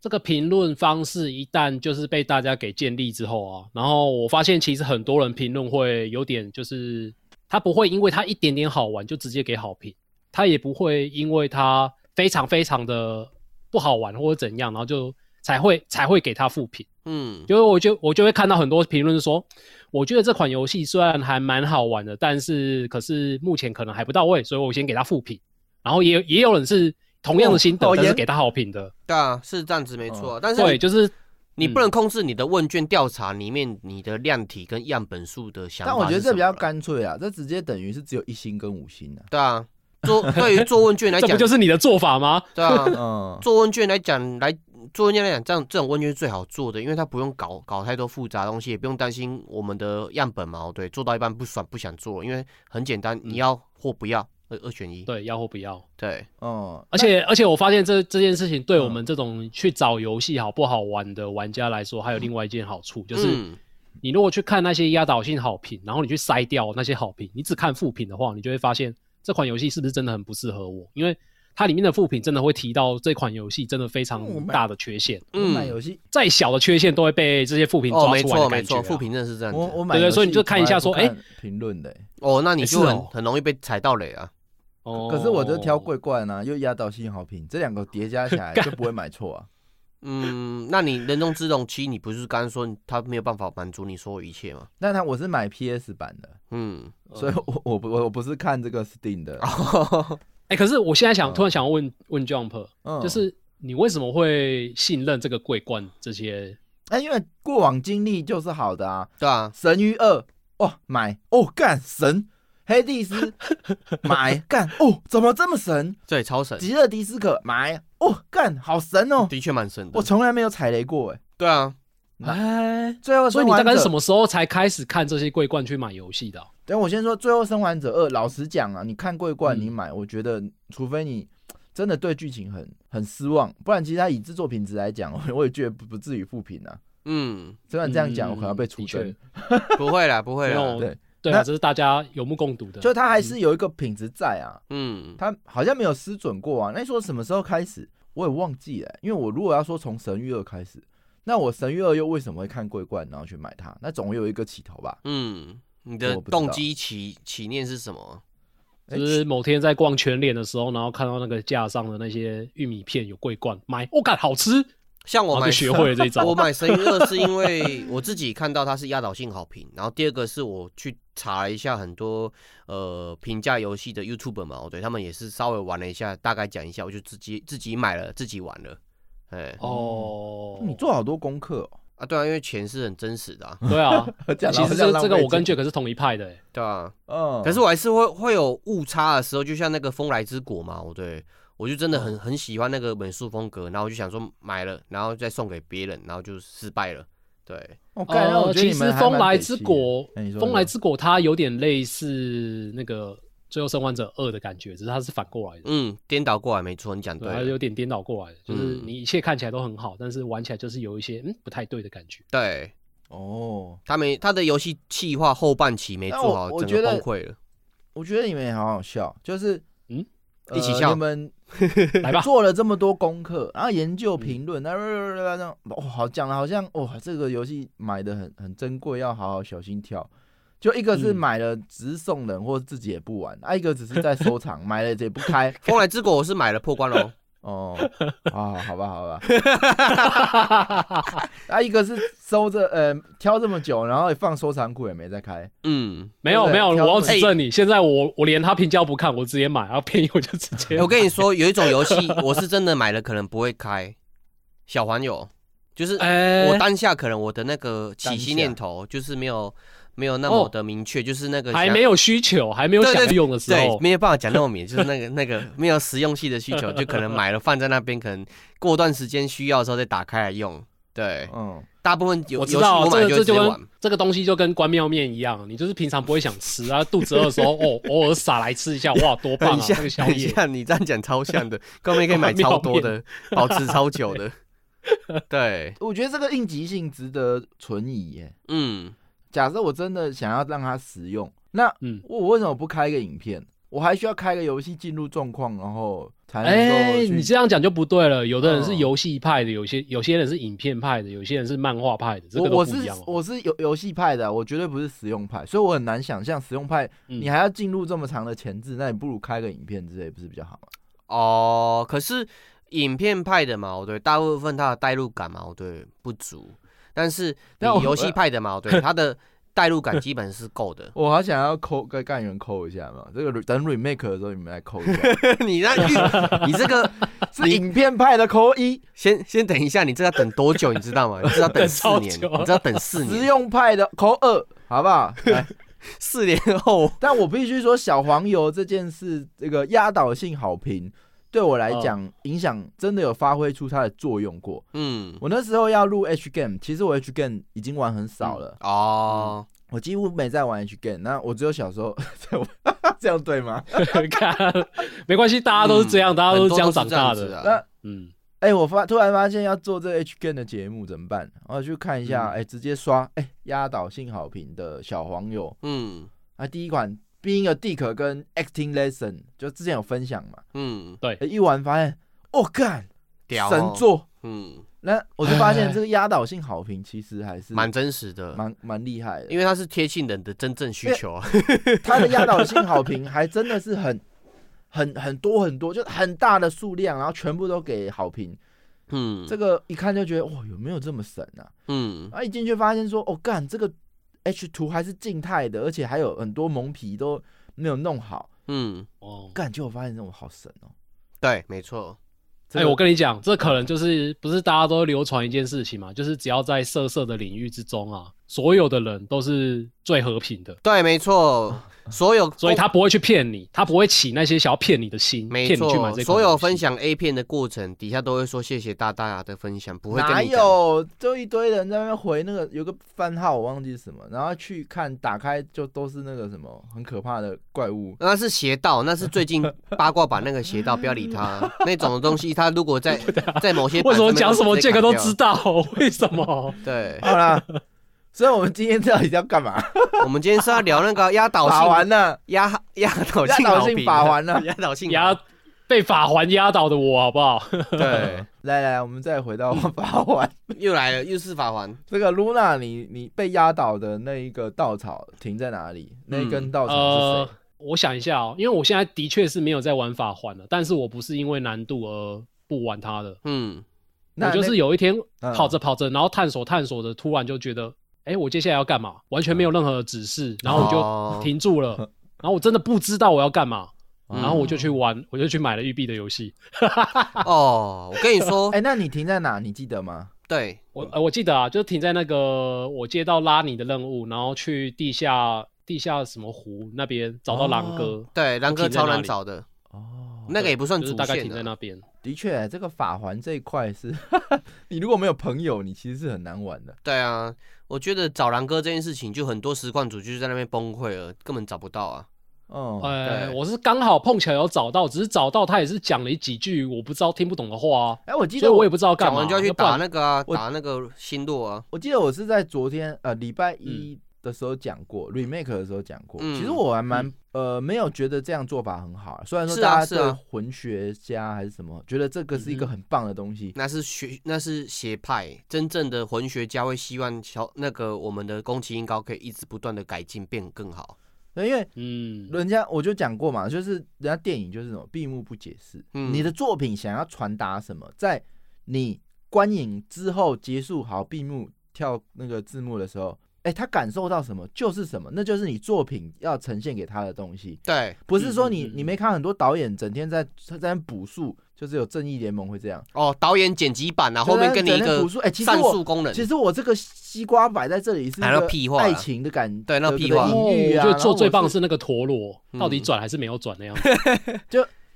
这个评论方式一旦就是被大家给建立之后啊，然后我发现其实很多人评论会有点就是他不会因为他一点点好玩就直接给好评，他也不会因为他非常非常的不好玩或者怎样，然后就才会才会给他负评。
嗯
因为我就我就会看到很多评论说，我觉得这款游戏虽然还蛮好玩的，但是可是目前可能还不到位，所以我先给他负评。然后也有也有人是同样的心得，
哦哦
但是
也
给他好评的。
对啊，是这样子没错啊、
嗯
但是
对，就是
你不能控制你的问卷调查里面你的量体跟样本数的想
但
法是什么
我
啦。
觉得这比较干脆啊，这直接等于是只有一星跟五星 啊。
对啊，做对于做问卷来
这不
讲，
就是你的做法吗？
对啊，
嗯，
做问卷来讲，来做问卷来讲，这样这种问卷是最好做的，因为它不用搞搞太多复杂的东西，也不用担心我们的样本嘛。对，做到一半不爽不想做，因为很简单，你要或不要，二二选一。
对，要或不要。
对，
嗯，
而且而且我发现这这件事情对我们这种去找游戏好不好玩的玩家来说，还有另外一件好处，就是
嗯
你如果去看那些压倒性好评，然后你去筛掉那些好评，你只看负评的话，你就会发现这款游戏是不是真的很不适合我，因为它里面的负评真的会提到这款游戏真的非常大的缺陷，
我买游
嗯，
戏，
再小的缺陷都会被这些负评
哦，
抓
没
出来的
错没
感觉啊、
错，副评真的是这样
我
子。
我买
对对
游戏
所以你就看一下说
从来
哎
不看评论的欸、
哦，那你就
是
很
哦
很容易被踩到雷啊。
哦，
可是我就挑桂冠啊，又压倒性好评，这两个叠加起来 就不会买错啊。
嗯，那你人中之龙七，你不是刚刚说你他没有办法满足你所有一切吗？
那他我是买 PS 版的，
嗯，
哦
所以我我不我不是看这个 Steam 的，
哎、可是我现在想
嗯
突然想要问问 Jump，
嗯
就是你为什么会信任这个桂冠这些？
那哎因为过往经历就是好的啊。
对啊，
神鱼二哦买哦干神，黑帝斯 买干哦怎么这么神？
对，超神，
极乐迪斯可买哦干好神 哦，
的确蛮神的
我。从来没有踩雷过哎。
对啊，
哎，
最后
所以
生
你大
还
概
者
是什么时候才开始看这些桂冠去买游戏的啊、嗯
等我先说《最后生还者二》，老实讲啊，你看桂冠你买，我觉得除非你真的对剧情很很失望，不然其实他以制作品质来讲， 我我也觉得不不至于负评啊。
嗯，
虽然这样讲，我可能要被
嗯
出
的确
征。
不会啦，不会
没
啦
有，
对
对啊，
那
这是大家有目共睹的。
就他还
嗯
是有一个品质在啊，
嗯，
他好像没有失准过啊。那你说什么时候开始？我也忘记了、因为我如果要说从《神域二》开始，那我《神域二》又为什么会看桂冠，然后去买它？那总有一个起头吧？
嗯，你的
我不知道
动机起起念是什么？
哎
就是某天在逛全脸的时候，然后看到那个架上的那些玉米片有桂冠，买，我、哦、干好吃，
像
然哦
我
后就
买
学会了这一招。
我买《神域二》是因为 我自己看到它是压倒性好评，然后第二个是我去查了一下很多呃评价游戏的 YouTube 嘛，哦对他们也是稍微玩了一下，大概讲一下，我就自己自己买了，自己玩了。哎
哦，
你做好多功课、
啊，对啊，因为钱是很真实的、啊，
对 啊，
哦，讲
其
老
实
实
这
讲
这个我跟
浪费钱
Jack 是同一派的、欸，
对啊。
嗯，
可是我还是会会有误差的时候，就像那个《风来之国》嘛，我对我就真的
嗯
很很喜欢那个美术风格，然后我就想说买了，然后再送给别人，然后就失败了。对，
我感哦觉我觉得
哦呃其
你
实
们
《
还蛮
风来
北
之
齐的
国
哎你》
《
说
风
你
来
说
之国》它有点类似那个《最后生还者二》的感觉，只是它是反过来的，
嗯，颠倒过来没错，你讲对
对，它
啊
了
有点颠倒过来的，就是
嗯
你一切看起来都很好，但是玩起来就是有一些嗯不太对的感觉。
对。
哦，
他没他的游戏企划后半期没做好
但，我
整个
我觉得
崩溃了。
我觉得你们也好好笑，就是
嗯
呃
一起笑
你们
来吧，嗯
做了这么多功课，然后研究评论，那那那哦，好讲的好像哇，这个游戏买的很很珍贵，要好好小心挑。就一个是
嗯
买了只是送人，或者自己也不玩；，啊，一个只是在收藏， 买了也不开。
风来之国我是买了破 关喽，
哦，啊，好吧，好吧。啊，一个是收着，呃，挑这么久，然后也放收藏库也没再开。
嗯，
没有
对
没有，
挑
我要
这么
指
哎
正你，现在我我连它评价不看，我直接买，然后便宜我就直接
欸我跟你说，有一种游戏我是真的买了，可能不会开。小环友，就是
哎
我当下可能我的那个起
当下
心念头就是没有没有那么
哦
的明确，就是那个
还
想
没哦有需求，还没有
对对
想用的时
对
候，
没有办法讲那么明，就是 那个那个没有实用性的需求，就可能买了放在那边，可能过段时间需要的时候再打开来用。对，
嗯，
大部分
哦
游
我
游戏
知道
我买
这
了
个
就
这
直接
就
玩
跟。这个东西就跟关庙面一样，你就是平常不会想吃啊，肚子饿的时候 哦，偶尔撒来吃一下，哇，多棒
很
啊！
像，
这个宵
很
夜，
像，你这样讲超像的，后面可以 买超多的，保持超久的。对，
我觉得这个应急性值得存疑耶。
嗯，
假设我真的想要让它实用，那
嗯
我为什么不开一个影片？我还需要开个游戏进入状况，然后才能
哎、
够去
你这样讲就不对了。有的人是
嗯
游戏派的，有些有些人是影片派的，有些人是漫画派的，这
我
个
我
都
是
不一样、哦。
我是游游戏派的，啊我绝对不是实用派，所以我很难想象实用派，
嗯
你还要进入这么长的前置，那你不如开个影片之类，不是比较好吗？
哦，可是影片派的矛盾，大部分它的代入感矛盾不足，但是你
但我。
游戏派的矛
呃
盾，它的代入感基本是够的
我好想要扣跟干员扣一下嘛，这个等 remake 的时候你们来扣一 下，
你那预，你这个
是影片派的扣一，
先先等一下，你这要等多久？你知道吗？你这要等四
等超
年，
久
你这要等
实
四年，
用派的扣二，好不 好？来
四年后，
但我必须说，小黄油这件事，这个压倒性好评，对我来讲影响真的有发挥出它的作用过。
嗯，
我那时候要入 H game，其实我 H game 已经玩很少了，
哦，
我几乎没在玩 H game。那我只有小时候 在玩，这样对吗？
看，没关系，大家都是这样，
嗯
大家都
很
是
多
这样长大
这样子
的。
那
啊。
嗯，
哎、我发突然发现要做这个 H game 的节目怎么办？我去看一下，哎、直接刷，哎、压倒性好评的小黄油
嗯
啊，第一款 Being a Dick 跟 Acting Lesson，就之前有分享嘛，
嗯，
哎一玩发现，我、哦、干，
屌哦
神作。
嗯。
那我就发
唉
现这个压倒性好评其实还是
蛮真实的，
蛮蛮厉害的，因
因为它是贴近人的真正需求啊。
为它的压倒性好评还真的是很 很很多很多，就是很大的数量，然后全部都给好评。
嗯，
这个一看就觉得哇，有没有这么神啊？
嗯
然后一进去发现说，哦干，这个 H 图还是静态的，而且还有很多蒙皮都没有弄好，
嗯，
哦，
干，结果发现这种好神哦。
对，没错，
这
哎、
个
我跟你讲，这可能就是不是大家都流传一件事情嘛，就是只要在色色的领域之中啊，所有的人都是最和平的。啊
对，没错。所有
所以他不会去骗你，他不会起那些想要骗你的心，骗
哦没
你去买
错
这，
所
款
有
东西
分享 A 片的过程底下都会说谢谢大大的分享，不会跟
哪
你讲。
有？就一堆人在那边回那个有个番号我忘记什么，然后去看打开就都是那个什么很可怕的怪 物。，
那是邪道，那是最近八卦版那个邪道，不要理 他那种东西。他如果在在某些
啊为什么
版上面
讲什么
直接
杰
砍
克都
掉
知道？ 为什么？
对
好啦，所以我们今天到底要干 嘛？
我们今天是要聊那个压倒
打
性
完了，
压压倒
压
性
倒
好
性啊
评。
法环了
压倒性
压
好
被法环压倒的我，好不好？
对，
来来，我们再回 到法环。
又来了，又是 法环。
这个露娜，你你被压倒的那一个稻草停在哪里？那一根稻草是
呃
谁？，
我想一下哦，因为我现在的确是没有在玩法环了，但是我不是因为难度而不玩它的，
嗯，
那
哦我就是有一天
那嗯
跑着跑着，然后探索探索的，突然就觉得，哎，我接下来要干嘛？完全没有任何指示，然后我
哦
就停 住了，然后我真的不知道我要干嘛，
嗯
然后我就去玩，我就去买了育碧的游戏。
哦，我跟你说
哎、，那你停在哪？你记得吗？
对，
我呃我记得啊，就停在那个我接到拉你的任务，然后去地下地下什么湖那边找到狼哥，
对，狼哥
停在
超
哪
难
里
找的，
哦，
那个也不算
就
主
是
线
大概停
啊
在那边。
的确，这个法环这一块是， 你如果没有朋友，你其实是很难玩的。
对啊，我觉得找狼哥这件事情，就很多实况组就是在那边崩溃了，根本找不到啊。
哦、
呃，
对
我是刚好碰巧有找到，只是找到他也是讲了几句我不知道听不懂的话啊，
哎、我记
所
得
以我
我
也不知道干
讲
嘛。
完就要去
不然
打那个啊，
我
打那个星落啊。
我记得我是在昨天呃礼
嗯
拜一的时候讲过、remake 的时候讲过、
嗯
其实我还蛮、呃没有觉得这样做法很好啊，虽然说
是啊
大家
是
对
啊
混学家还是什么，觉得这个是一个
嗯哼
很棒的东西，
那是学，那是邪派，真正的魂学家会希望小那个我们的宫崎英高可以一直不断的改进，变更好。
对因为
嗯，
人家我就讲过嘛，就是人家电影就是什么闭幕不解释、
嗯
你的作品想要传达什么，在你观影之后结束好闭幕跳那个字幕的时候，哎、他感受到什么就是什么，那就是你作品要呈现给他的东西。
对，
不是说
嗯嗯
你
嗯
你没看很多导演整天在在那边补数，就是有正义联盟会这样，
哦，导演剪辑版啊，后面跟你一
整天
个
补数，哎，其实
散
我
数功能，
其实我这个西瓜摆在这里是一
哎那
个
屁话啊
爱情的感，
对那
的
屁
的
话
哦
隐喻
我
啊，
觉得做最
然后
棒
我
的是那个陀螺，
嗯
到底转还是没有转 那样子。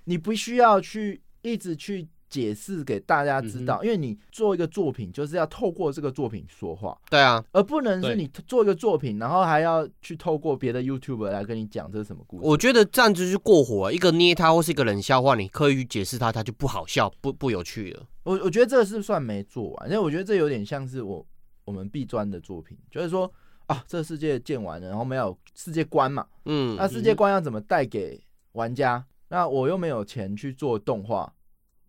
你不需要去一直去解释给大家知
嗯
道，因为你做一个作品就是要透过这个作品说话，
对啊，
而不能是
对
你做一个作品，然后还要去透过别的 YouTube 来跟你讲这是什么故事。
我觉得这样子就过火、啊一个捏他或是一个冷笑话，你刻意去解释他，他就不好笑，不不有趣了。
我我觉得这个是算没做完，因为我觉得这有点像是我我们毕专的作品，就是说啊，这世界建完了，然后没有世界观嘛，
嗯，
那世界观要怎么带给玩家？那我又没有钱去做动画，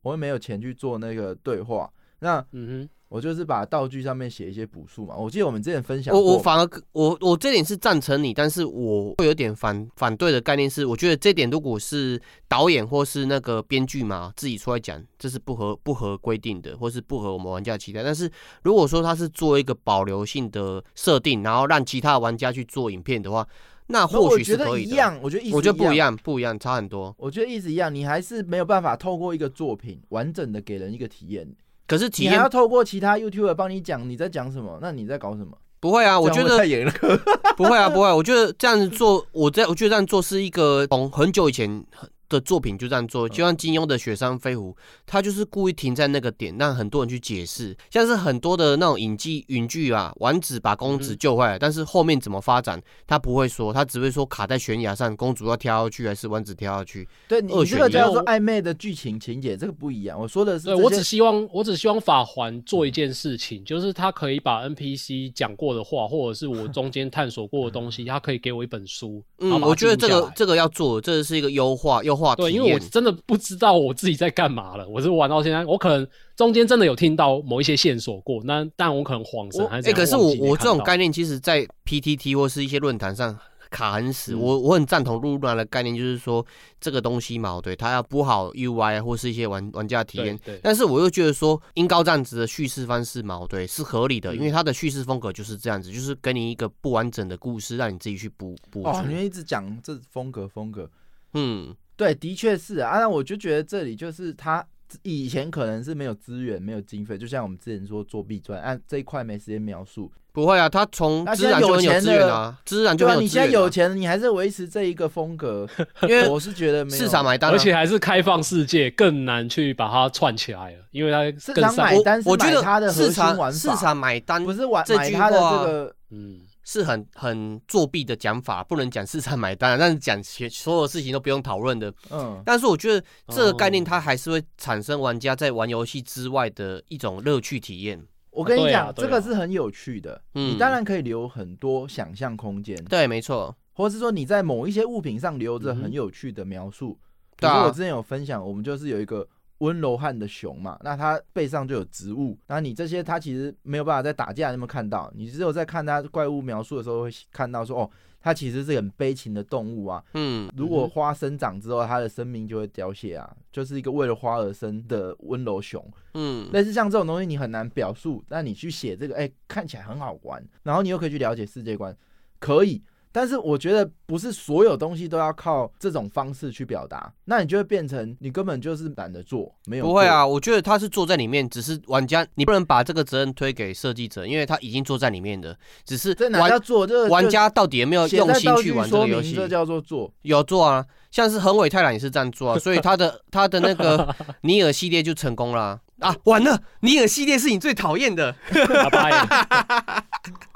我又没有钱去做那个对话，那
嗯
我就是把道具上面写一些补数嘛。我记得我们之前分享
我
过，
我反而我我这点是赞成你，但是我会有点反反对的概念是，我觉得这点如果是导演或是那个编剧嘛自己出来讲，这是不合不合规定的，或是不合我们玩家的期待。但是如果说他是做一个保留性的设定，然后让其他玩家去做影片的话，那
那我
或许
觉
是
得
可以
一
的。
样，我觉得意思
我觉得不
一
一。样，不一样，差很多。
我觉得意思一样，你还是没有办法透过一个作品完整的给人一个体验，
可是体
你还要
验
透过其他 YouTube 帮你讲你在讲什么，那你在搞什么？
不会啊，我觉
这样会不会
得
太严了。
不会啊， 不会啊、我觉得这样子做，我这我觉得这样做是一个从很久以前的作品就这样做，
嗯
就像金庸的《雪山飞狐》，他就是故意停在那个点，让很多人去解释。像是很多的那种影剧影剧啊，王子把公
嗯
子救回来，但是后面怎么发展，他不会说，他只会说卡在悬崖上，公主要跳下去还是王子跳下去。
对你，
二
你这
选
个
一
叫做
我
暧昧的剧情情节，这个不一样。我说的
哼，
是
对
这
我
些
只希望我只希望法环做一件事情，就是他可以把 NPC 讲过的话，或者是我中间探索过的东西，他可以给我一本书。然后
嗯，
把它
我觉得
记录下
这个
来
这个要做，这是一个优化优化体
对，
验。
因为我真的不知道我自己在干嘛了。我是玩到现在，我可能中间真的有听到某一些线索过，那但我可能晃神
我
还是
哎、
怎样
可是我
忘记没
我这
看
种
到
概念，其实在 PTT 或是一些论坛上卡很死。
嗯
我我很赞同露娜的概念，就是说这个东西嘛，对它要补好 UI 或是一些玩玩家体
对
验。
对，
但是我又觉得说，音高这样子的叙事方式嘛，对，是合理的，因为
嗯
它的叙事风格就是这样子，就是给你一个不完整的故事，让你自己去补补足
哦，你。们一直讲这风格风格，
嗯，
对，的确是啊。啊那我就觉得这里就是他以前可能是没有资源、没有经费，就像我们之前说作弊专案、啊这一块没时间描述。
不会啊，他从
那
自
现在
然就很
有
有
钱
资源
的
啊，自然就
对啊，
很有
你
资
现在
源
有
啊，
钱，你还是维持这一个风格，
因为
我是觉得没有
市场买单啊，
而且还是开放世界，更难去把它串起来了，因为它
市
更
场
散
买
落。
单是
我觉
买它的
得
核
市
心玩
场市
法
场买单
不是玩
这
买
句
它的这
话
个
嗯，
是很很作弊的讲法，不能讲市场买单啊，但是讲其所有事情都不用讨论的。
嗯。
但是我觉得这个概念，
哦
它还是会产生玩家在玩游戏之外的一种乐趣体验。
我跟你
对啊
讲，
对
这
啊
个是很有趣的，
嗯
你当然可以留很多想象空间，
对，没错，
或者是说你在某一些物品上留着
嗯哼
很有趣的描述。比
对
如
啊
说我之前有分享，我们就是有一个温柔汉的熊嘛，那它背上就有植物，那你这些它其实没有办法在打架你有没有看到，你只有在看它怪物描述的时候会看到说，哦，它其实是很悲情的动物啊。
嗯，
如果花生长之后，它的生命就会凋谢啊，就是一个为了花而生的温柔熊。
嗯，
类似像这种东西，你很难表述，那你去写这个，哎、看起来很好玩，然后你又可以去了解世界观，可以。但是我觉得不是所有东西都要靠这种方式去表达，那你就会变成你根本就是懒得做，没有
不会啊，
做，
我觉得他是坐在里面，只是玩家你不能把这个责任推给设计者，因为他已经坐在里面的，只是
这哪叫
玩
做？这个
玩家到底有没有
就写在
用心
道
去
具
玩这
说
个游
明，
戏？
这叫做做。
有做啊，像是横尾太郎也是这样 做啊，所以他的他的那 个尼尔系列就成功啦啊。完了，尼尔系列是你最讨厌的，
打败了。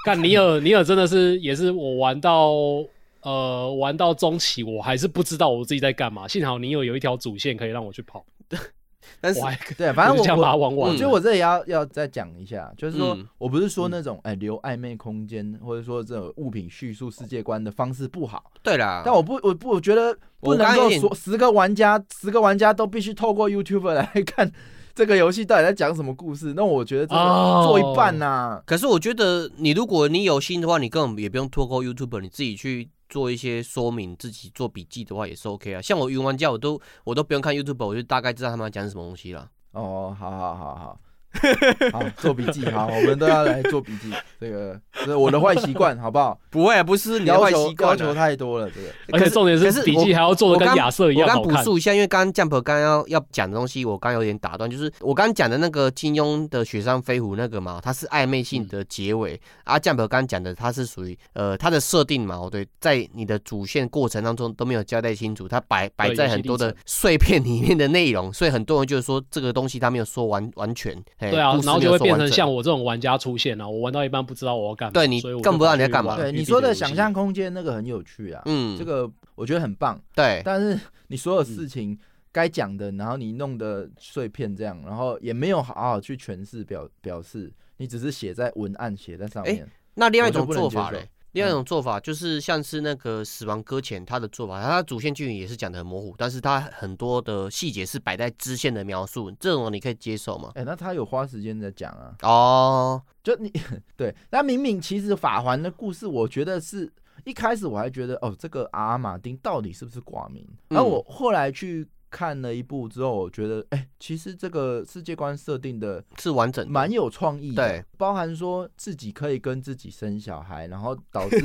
干尼尔，尼尔真的是也是我玩到呃玩到中期，我还是不知道我自己在干嘛。幸好尼尔有一条主线可以让我去跑，
但是
我还
对， 反正
我就这样
我
把它
我
玩
我
完了。
觉得我这里要要再讲一下，就是说、
嗯
我不是说那种哎、留暧昧空间，或者说这种物品叙述世界观的方式不好，
对啦，
但我不，我不，我觉得不
我
能
刚刚
够
有点
说十个玩家，十个玩家都必须透过 YouTube 来 看这个游戏到底在讲什么故事。那我觉得这
哦
个做一
啊
半呐、
可是我觉得你如果你有心的话，你根本也不用透过 YouTube，你自己去做一些说明，自己做笔记的话也是 OK 啊。像我云玩家，我都我都不用看 YouTube，我就大概知道他们要讲什么东西啦。
哦，好好好好。 好，做笔记。好，我们都要来做笔记。 这个这是我的坏习 惯，好不好？
不会啊，不是你的
要
坏
求
习
要
惯
求
啊。
太多了，这个
而且重点
可
是
是
笔
我
记还要做
我
的跟
刚
亚瑟一
我
样
刚
好
补
看。
述一下，因为刚刚 Jump 刚刚要要讲的东西，我刚刚有点打断，就是我刚刚讲的那个金庸的《雪山飞狐》那个嘛，它是暧昧性的结尾，啊，Jump 刚刚讲的它是属于呃它的设定嘛，哦对，在你的主线过程当中都没有交代清楚，它摆摆
对
在
游戏
很多
历程
的碎片里面的内容，所以很多人就是说这个东西他没有说完完全，嘿
对啊
故，事
然后
没
就
有
会
说
变
完
成
整
像我这种玩家出现了、啊我玩到一半不知道我要干嘛，
对你
所以我就
更不知道你
跑
在
去
干嘛
玩
对
育碧
你说
的
的
游
想
戏
象空间那个很有趣啊。
嗯，
这个我觉得很棒，
对
但是 你所有事情该讲的，然后你弄的碎片这样，然后也没有好好去诠释表表示，你只是写在文案写在上
哎
面。
那另外一
我就
种
不能
做
接
法
受
嘞，另外一种做法就是像是那个《死亡搁浅》它的做法，它的主线剧情也是讲的很模糊，但是它很多的细节是摆在支线的描述，这种你可以接受吗？
哎、那他有花时间在讲啊，
哦，
就你 对，那明明其实法环的故事，我觉得是一开始我还觉得哦，这个阿尔马丁到底是不是寡民？然后我后来去看了一部之后，我觉得哎、其实这个世界观设定的
是完整的
蛮有创意的，啊
对，
包含说自己可以跟自己生小孩，然后导致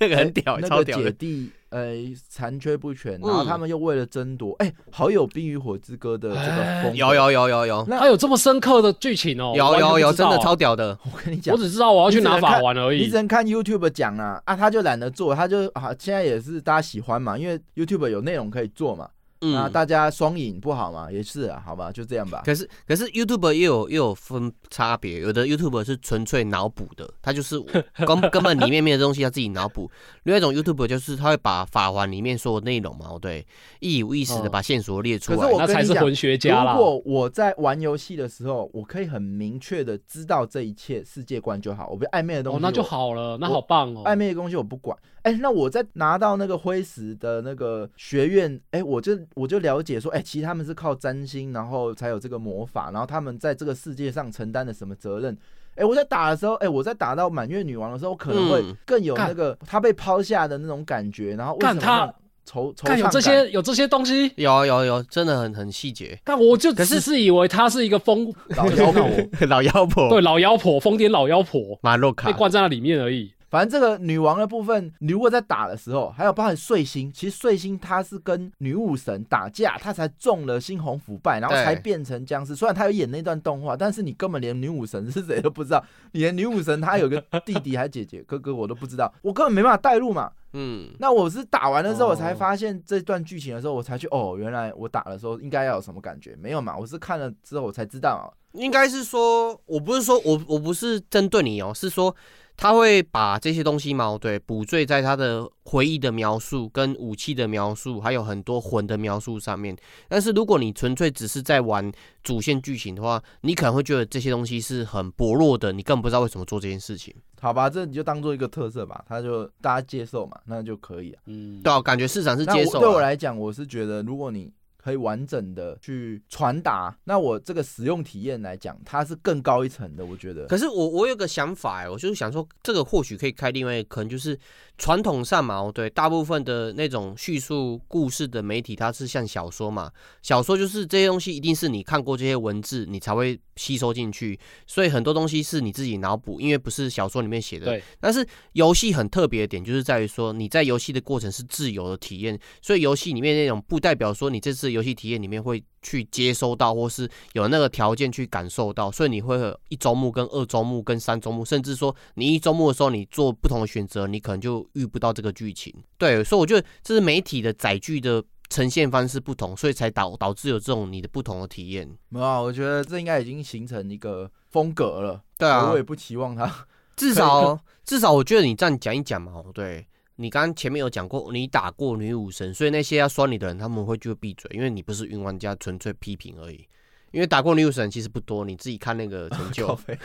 那个
哎
很屌，
那
超
个
屌
姐
的，
弟呃残缺不全，
嗯
然后他们又为了争夺，哎、好有《冰与火之歌》的这个风格，
嗯有有有有有
那
还有这么深刻的剧情哦，我
有
完全
有
不
有，
知道
真的
啊
超屌的，
我跟你讲
我，只知道我要去拿法玩而
你
已
只。能看 YouTube 讲啦、啊，他就懒得做，他就啊，现在也是大家喜欢嘛，因为 YouTube 有内容可以做嘛，那
嗯。
大家双赢不好嘛，也是啊，好吧，就这样吧。
可是可是 YouTube 也有也有分差别，有的 YouTube 是纯粹脑补的，它就是根根本里面没有东西，他自己脑补；另外一种 YouTube 就是他会把法环里面所有内容嘛，哦对，一五一十的
嗯
把线索列出
可是
来。
我
那
跟
才
你
是
讲
文学
如
家啦。
果我在玩游戏的时候，我可以很明确的知道这一切世界观就好，我不暧昧的东西
哦
我、，
啊
那就好了，那好棒
哎
哦。
暧昧的东西我不管。哎、那我在拿到那个灰石的那个学院，哎、我就我就了解说，哎、其实他们是靠占星，然后才有这个魔法，然后他们在这个世界上承担了什么责任。哎、我在打的时候，哎、我在打到满月女王的时候，我可能会
嗯
更有
干
那个她被抛下的那种感觉，然后为什
干
么
她
让惆惆怅
看有
感
这些有这些东西，
有有有，真的很很
。
细节
但我就只
可是
是以为他是一个疯
老妖婆，
老妖婆，
对老妖婆疯癫老妖婆
马洛
被
卡，
关在那里面而已。
反正这个女王的部分，你如果在打的时候，还有包含碎星，其实碎星她是跟女武神打架，她才中了猩红腐败，然后
对
才变成僵尸。虽然她有演那段动画，但是你根本连女武神是谁都不知道，你连女武神她有个弟弟还姐姐哥哥我都不知道，我根本没办法带入嘛。
嗯，
那我是打完了之后，
哦
我才发现这段剧情的时候，我才去哦，原来我打的时候应该要有什么感觉，没有嘛？我是看了之后我才知道嘛。
应该是说，我不是说我我不是针对你哦，是说他会把这些东西矛对补缀在他的回忆的描述、跟武器的描述，还有很多魂的描述上面。但是如果你纯粹只是在玩主线剧情的话，你可能会觉得这些东西是很薄弱的，你更不知道为什么做这件事情。
好吧，这你就当做一个特色吧，他就大家接受嘛，那就可以啊。
嗯，
对啊，感觉市场是
那
接
我
受
对我
啊
来讲，我是觉得如果你可以完整的去传达，那我这个使用体验来讲，它是更高一层的。我觉得
可是我我有个想法欸，我就是想说，这个或许可以开另外一个坑，就是传统上嘛，哦对，大部分的那种叙述故事的媒体，它是像小说嘛，小说就是这些东西一定是你看过这些文字，你才会吸收进去，所以很多东西是你自己脑补，因为不是小说里面写的。
对。
但是游戏很特别的点，就是在于说你在游戏的过程是自由的体验，所以游戏里面那种不代表说你这次游戏体验里面会去接收到，或是有那个条件去感受到，所以你会有一周目、跟二周目、跟三周目，甚至说你一周目的时候你做不同的选择，你可能就遇不到这个剧情。对，所以我觉得这是媒体的载具的呈现方式不同，所以才导导致有这种你的不同的体验。
没有啊，我觉得这应该已经形成一个风格了。
对啊，
我也不期望 它。
至少至少，我觉得你这样讲一讲嘛，哦对你刚刚前面有讲过，你打过女武神，所以那些要酸你的人，他们会就闭嘴，因为你不是云玩家，纯粹批评而已。因为打过女武神其实不多，你自己看那个成
靠
就，
北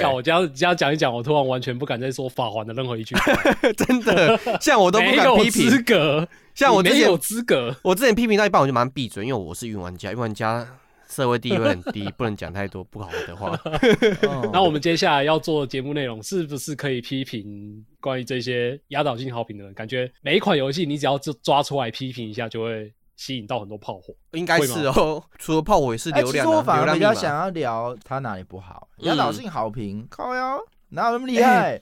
干我这样这样讲一讲，我突然完全不敢再说法环的任何一 句话，
真的，像我都不
没
敢
有
批
资
评，
格，
像我
你
之
没
前
有资格。
我之前批评到一半，我就马上闭嘴，因为我是云玩家，云玩家社会地位很低，不能讲太多不好的 话。
哦
那我们接下来要做的节目内容，是不是可以批评关于这些压倒性好评的人？感觉每一款游戏，你只要就抓出来批评一下，就会吸引到很多炮火。
应该是哦，除了炮火也是
哎，
流
其
量、
实
啊，
我反
流
而
量
比较
密码
想要聊他哪里不好，
嗯
压倒性好评，靠腰，哪有那么厉害？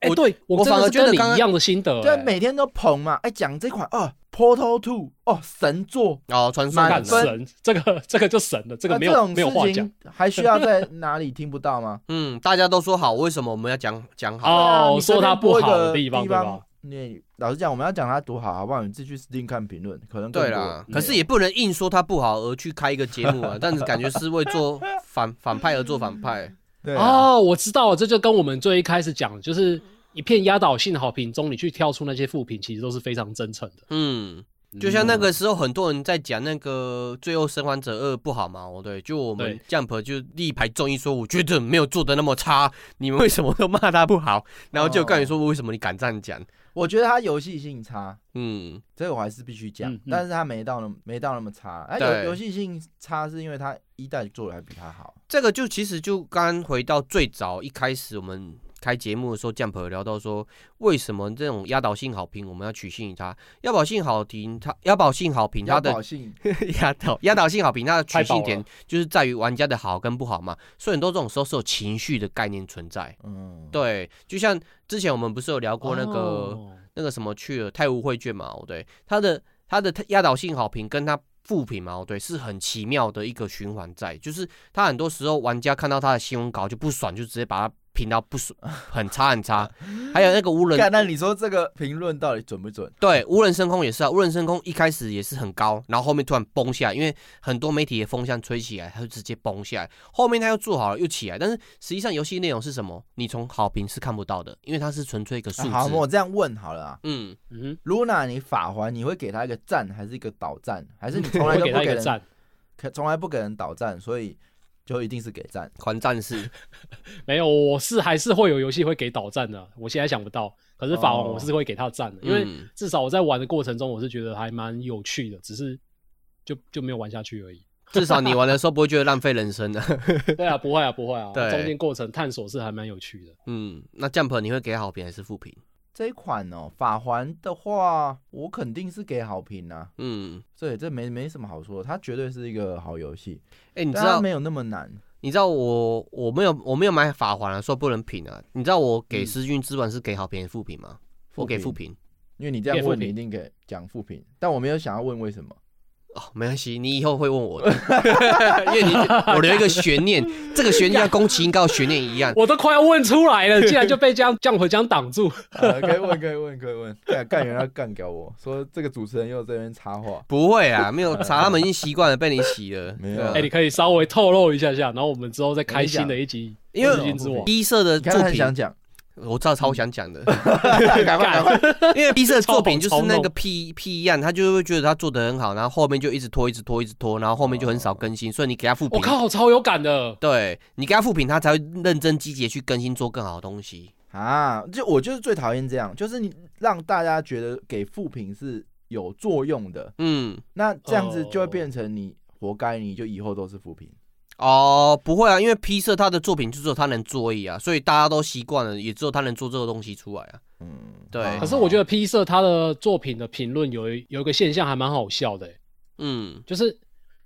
哎、
我
对
我
真
反
的
而
是
觉得
跟你
刚刚
一样的心得、
嗯对，啊
哎
每天都捧嘛。哎，讲这款哦，《Portal Two》哦，神作。
哦，传说
满啊
干
感
分
的，
神，这个这个就神了，这
那
个没有、
这种
没有话
事
讲
情还需要在哪里听不到吗？
嗯，大家都说好，为什么我们要讲讲好？
对啊
哦，
你
说
随
他
便播
不
一
好
个
的地方对吧？
你老实讲，我们要讲他多好，好不好？你自己去 Steam 看评论，可能更
对
多
啦，
嗯
可是也不能硬说他不好而去开一个节 目啊，但是感觉是为做反反派而做反派。
对啊，
哦，我知道了，这就跟我们最一开始讲的，就是一片压倒性好评中，你去挑出那些负评，其实都是非常真诚的。
嗯，就像那个时候很多人在讲那个《最后生还者二》不好嘛，哦对，就我们 Jump 就力排众议说，我觉得没有做的那么差，你们为什么都骂他不好？然后就告诉你说，为什么你敢这样讲？
我觉得他游戏性差，
嗯，
这个我还是必须讲
嗯嗯。
但是他没到那没到那么差，哎，
对
游游戏性差是因为他一代做的还比他好。
这个就其实就刚回到最早一开始我们开节目的时候，Jump 有聊到说，为什么这种压倒性好评我们要取信于它？压倒性好评，它压倒性好评，它的
保 性
压倒压倒性好评，它的取
太饱
信点
了
就是在于玩家的好跟不好嘛。所以很多这种时候是有情绪的概念存在。
嗯，
对，就像之前我们不是有聊过那个、
哦
那个什么去了泰晤会卷嘛，哦对，它的它的压倒性好评跟它负评嘛，哦对，是很奇妙的一个循环在，就是它很多时候玩家看到它的新闻稿就不爽，就直接把它评到不爽，很差很差。还有那个无人
干，那你说这个评论到底准不准？
对，无人升空也是啊，无人升空一开始也是很高，然后后面突然崩下来，因为很多媒体的风向吹起来，它就直接崩下来。后面它又做好了又起来，但是实际上游戏内容是什么，你从好评是看不到的，因为它是纯粹一个数字。
啊好，我这样问好了啊。
嗯，
嗯哼，
Luna，你法环你会给他一个赞，还是一个倒赞，还是你从来
我
都
给
不
他一
给
个
人
赞，
可从来不给人倒赞，所以就一定是给赞。
环战士，
没有，我是还是会有游戏会给导赞的，啊我现在想不到，可是法王
哦
我是会给他赞的，因为
嗯
至少我在玩的过程中，我是觉得还蛮有趣的，只是就就没有玩下去 而已。
至少你玩的时候不会觉得浪费人生的、 啊。
对啊，不会啊，不会啊，
对
中间过程探索是还蛮有趣的。
嗯，那 Jump 你会给好评还是负评？
这一款哦，法环的话，我肯定是给好评啊。
嗯，
对，这没没什么好说，它绝对是一个好游戏，
哎、你知
但它
道
没有那么难。嗯
你知道我我没有我没有买法环啊，说不能评啊。你知道我给私讯资本是给好评还是负评吗？我给负评
因为你这样问，你一定给讲负评，但我没有想要问为 什么。
哦，没关系，你以后会问我的， 因为你我留一个悬念，这个悬念跟宫崎英高的悬念 一样。
我都快要问出来了，竟然就被这样降回这样挡住。
呃，可以问，可以问，可以问。干干员要干掉我说这个主持人又在那边插话，
不会啊，没有查，他们已经习惯了被你洗了。
没有
对啊
哎、你可以稍微透露一下下，然后我们之后再开新的 一集《
因为
资讯之王》。
低色的
你看他
作
很
品，
想讲，
我知道超想讲的，
赶快赶快。
因为 B 社的作品就是那
超
个
猛
屁屁样，他就会觉得他做的很好，然后后面就一直拖，一直拖，一直拖，然后后面就很少更新，所以你给他复
哦我
评，
靠，超有感的！
对你给他复评，他才会认真积极地去更新，做更好的东西。
啊，就我就是最讨厌这样，就是你让大家觉得给负评是有作用的，
嗯，
那这样子就会
哦
变成你活该，你就以后都是负评。
哦，不会啊，因为 P 社他的作品就只有他能做而已啊，所以大家都习惯了，也只有他能做这个东西出来啊。
嗯，
对
好
可是我觉
好
得 P 社他的作品的评论有一有一个现象还蛮好笑的、
嗯，
就是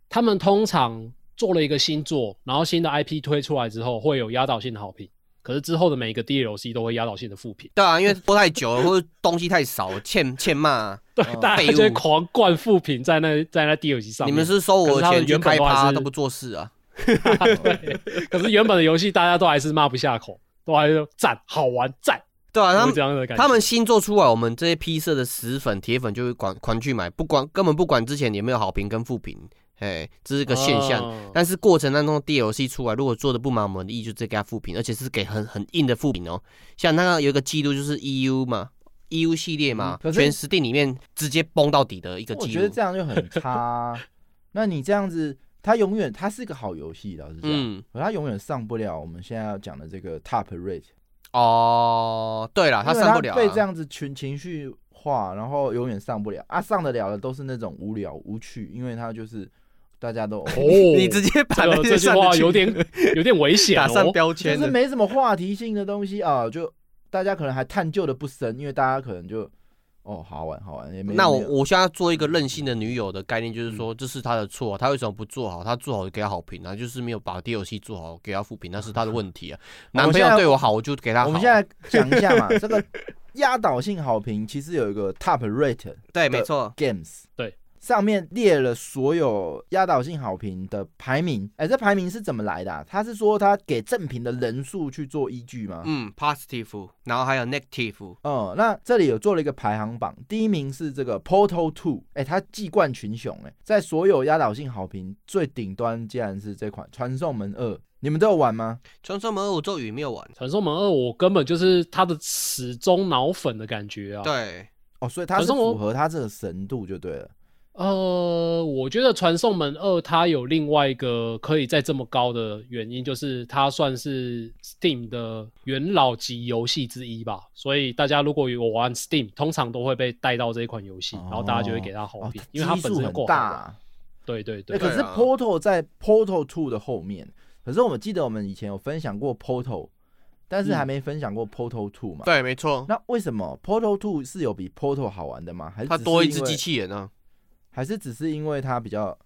他们通常做了一个新作，然后新的 IP 推出来之后会有压倒性的好评，可是之后的每一个 DLC 都会压倒性的负评，
对啊，因为拖太久了，或者东西太少，欠欠骂啊、
对，
哦
大家就会狂灌负评在那在那 DLC 上
你
面。
们是收我的
可是他
钱
们
去
原本
开
都还
趴
是
都不做事啊？
对， 可是原本的游戏大家都还是骂不下口，都还是赞好玩赞，
对啊，他
就
们
是这样的感觉。
他们新做出来，我们这些批社的死粉、铁粉就会管狂去买，不管根本不管之前有没有好评跟负评，哎，这是个现象。
哦
但是过程当中 DLC 出来，如果做的不满我们的意，就直接给他负评，而且是给很很硬的负评哦。像那个有一个记录就是 EU 嘛，EU 系列嘛，
嗯可是
全实定里面直接崩到底的一个
我
记
觉得
录。
这样就很差啊、 那你这样子，它永远它是个好游戏，老实讲，
嗯，
可它永远上不了我们现在要讲的这个 top rate，
哦，对了，他
因为
上不了、
被这
啊。
样子群情绪化，然后永远上不了啊，上得了的都是那种无聊无趣，因为它就是大家 都。
哦，
你直接把
这
那
个这
些
句
上的
话
去
有点有点危险
打上
哦。
标
就
签
是
了，
没什么话题性的东西啊，就大家可能还探究的不深，因为大家可能就哦好玩好玩也没
那我
没有嗯
我现在做一个任性的女友的概念，就是说这是她的错、啊，她为什么不做好？她做好就给她好评啊，就是没有把 DLC 做好给她负评，那是她的 问题啊。男朋
现
友
在
对我好，我就给她好。啊
我们现在讲一下嘛，这个压倒性好评其实有一个 top rate
对，没
啊
错，
games
对。
上面列了所有压倒性好评的排名，哎、这排名是怎么来的、啊？他是说他给正评的人数去做依据吗？
嗯，positive，然后还有 negative，
哦、那这里有做了一个排行榜，第一名是这个 Portal Two，哎、它技冠群雄、哎，在所有压倒性好评最顶端，竟然是这款《传送门二》，你们都有玩吗？
传说门我咒语没有
啊
玩。
传送门二，我根本就是他的始终脑粉的感觉啊。，
对，
哦，所以它是
传送门
符合它这个神度就对了。
呃，我觉得传送门二它有另外一个可以再这么高的原因，就是它算是 Steam 的元老级游戏之一吧。所以大家如果有玩 Steam，通常都会被带到这一款游戏，
哦
然后大家就会给它好
哦，
评，
它
因为它
基
本
数
身就
很
够好
大
玩
啊、
对对
哎
对，
可是
对啊
Portal 在 Portal Two 的后面，可是我们记得我们以前有分享过 Portal，但
嗯
是还没分享过 Portal Two 嘛？。
对，没错，
那为什么 Portal Two 是有比 Portal 好玩的吗？还是
它
只是
多一
因
只
为
机器人啊。
还是只是因为它比较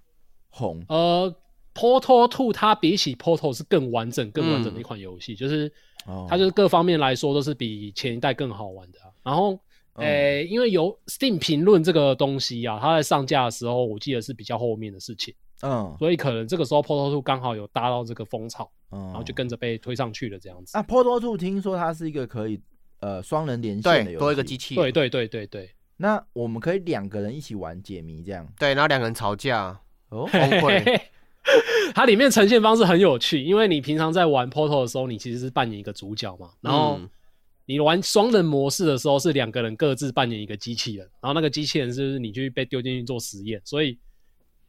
红？
呃。Portal Two 它比起 Portal 是更完整、更完整
嗯
的一款游戏，就是
哦
它就是各方面来说都是比前一代更好玩的啊、然后，
嗯
诶、因为有 Steam 评论这个东西啊，它在上架的时候，我记得是比较后面的事情，
嗯，
所以可能这个时候 Portal Two 刚好有搭到这个风潮，
然
然后就跟着被推上去了这样子。
哦嗯啊，Portal Two 听说它是一个可以呃双人连线的
对，
游戏，
多一个机。器人。
对对对对对，
那我们可以两个人一起玩解谜这样
对，然后两个人吵架，
哦。
崩溃。
它里面呈现方式很有趣，因为你平常在玩 Portal 的时候，你其实是扮演一个主角嘛，然后
嗯
你玩双人模式的时候是两个人各自扮演一个机器人，然后那个机器人是你去被丢进去做实验，所以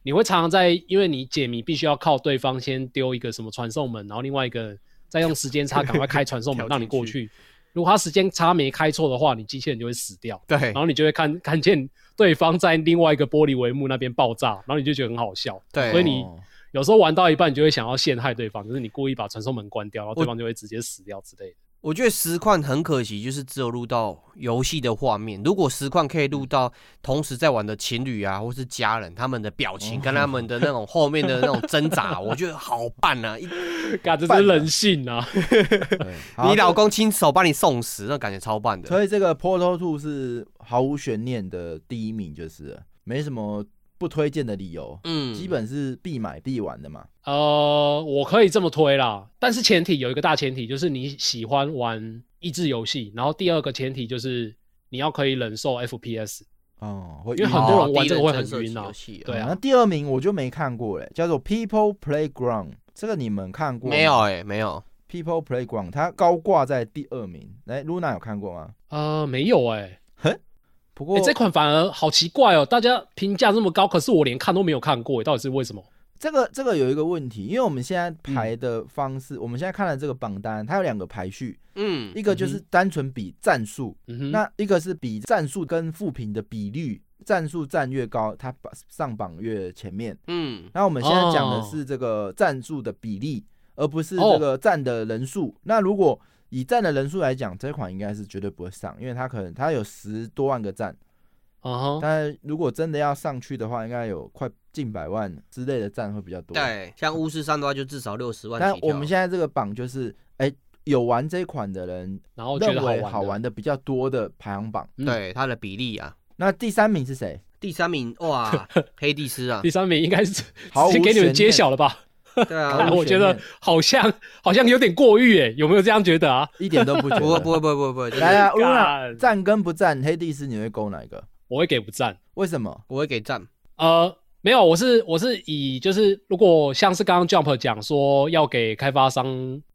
你会常常在，因为你解谜必须要靠对方先丢一个什么传送门，然后另外一个人再用时间差赶快开传送门
跳进
让
去
你过去。如果他时间差没开错的话，你机器人就会死掉，
对
然后你就会看看见对方在另外一个玻璃帷幕那边爆炸，然后你就觉得很好笑。
对，
所以你
哦
有时候玩到一半，你就会想要陷害对方，就是你故意把传送门关掉，然后
我
对方就会直接死掉之类的。
我觉得实况很可惜，就是只有录到游戏的画面。如果实况可以录到同时在玩的情侣啊，或是家人他们的表情跟他们的那种后面的那种挣扎，我觉得好棒 啊！一
干这是人性啊！
好
你老公亲手把你送死，那感觉超棒的。
所以这个 Portal Two 是毫无悬念的第一名，就是了没什么不推荐的理由，
嗯
基本是必买必玩的嘛。
呃，我可以这么推啦，但是前提有一个大前提，就是你喜欢玩益智游戏，然后第二个前提就是你要可以忍受 FPS。
哦，会
因
晕
为很多
哦
人玩这个会很
第一人称射击
晕啊
游戏
对啊
那第二名我就没看过嘞，叫做 People Playground，这个你们看过吗
没有哎、没有。
？People Playground 它高挂在第二名，哎，Luna 有看过吗？
呃，没有哎、欸
不过
这款反而好奇怪哦，大家评价这么高，可是我连看都没有看过欸，到底是为什么？
这个这个有一个问题，因为我们现在排
嗯
的方式，我们现在看的这个榜单，它有两个排序，
嗯
一个就是单纯比战术，
嗯哼，
那一个是比战术跟副评的比率，战术占越高，它榜上榜越前面。
嗯
那我们现在讲的
哦
是这个战术的比例，而不是
哦
这个占的人数。那如果以占的人数来讲，这款应该是绝对不会上，因为它可能它有十多万个赞，
嗯哼，
但如果真的要上去的话，应该有快近百万之类的赞会比较多。
嗯对，像巫师三的话就至少六十万
但
起跳。啊
我们现在这个榜就是，哎、有玩这款的人
然后哦觉
认
得
为
玩，
好
好
玩的比较多的排行榜。
嗯
对它的比例啊，
那第三名是谁？
第 三名哇，黑帝斯啊
第，三名应该是直
毫无
接给你
悬
们揭
念
晓了吧？
对
毫
啊
无，
我觉得
悬念
好像好像有点过誉哎，有没有这样觉得啊？
一点都不觉得。
不会不会不会不会不会，真的
来啊，乌娜
干
赞跟不赞，黑帝斯你会勾哪一个？
我会给不赞。
为什么？
我会给赞。
呃，没有，我是我是以就是如果像是刚刚 Jump 讲说要给开发商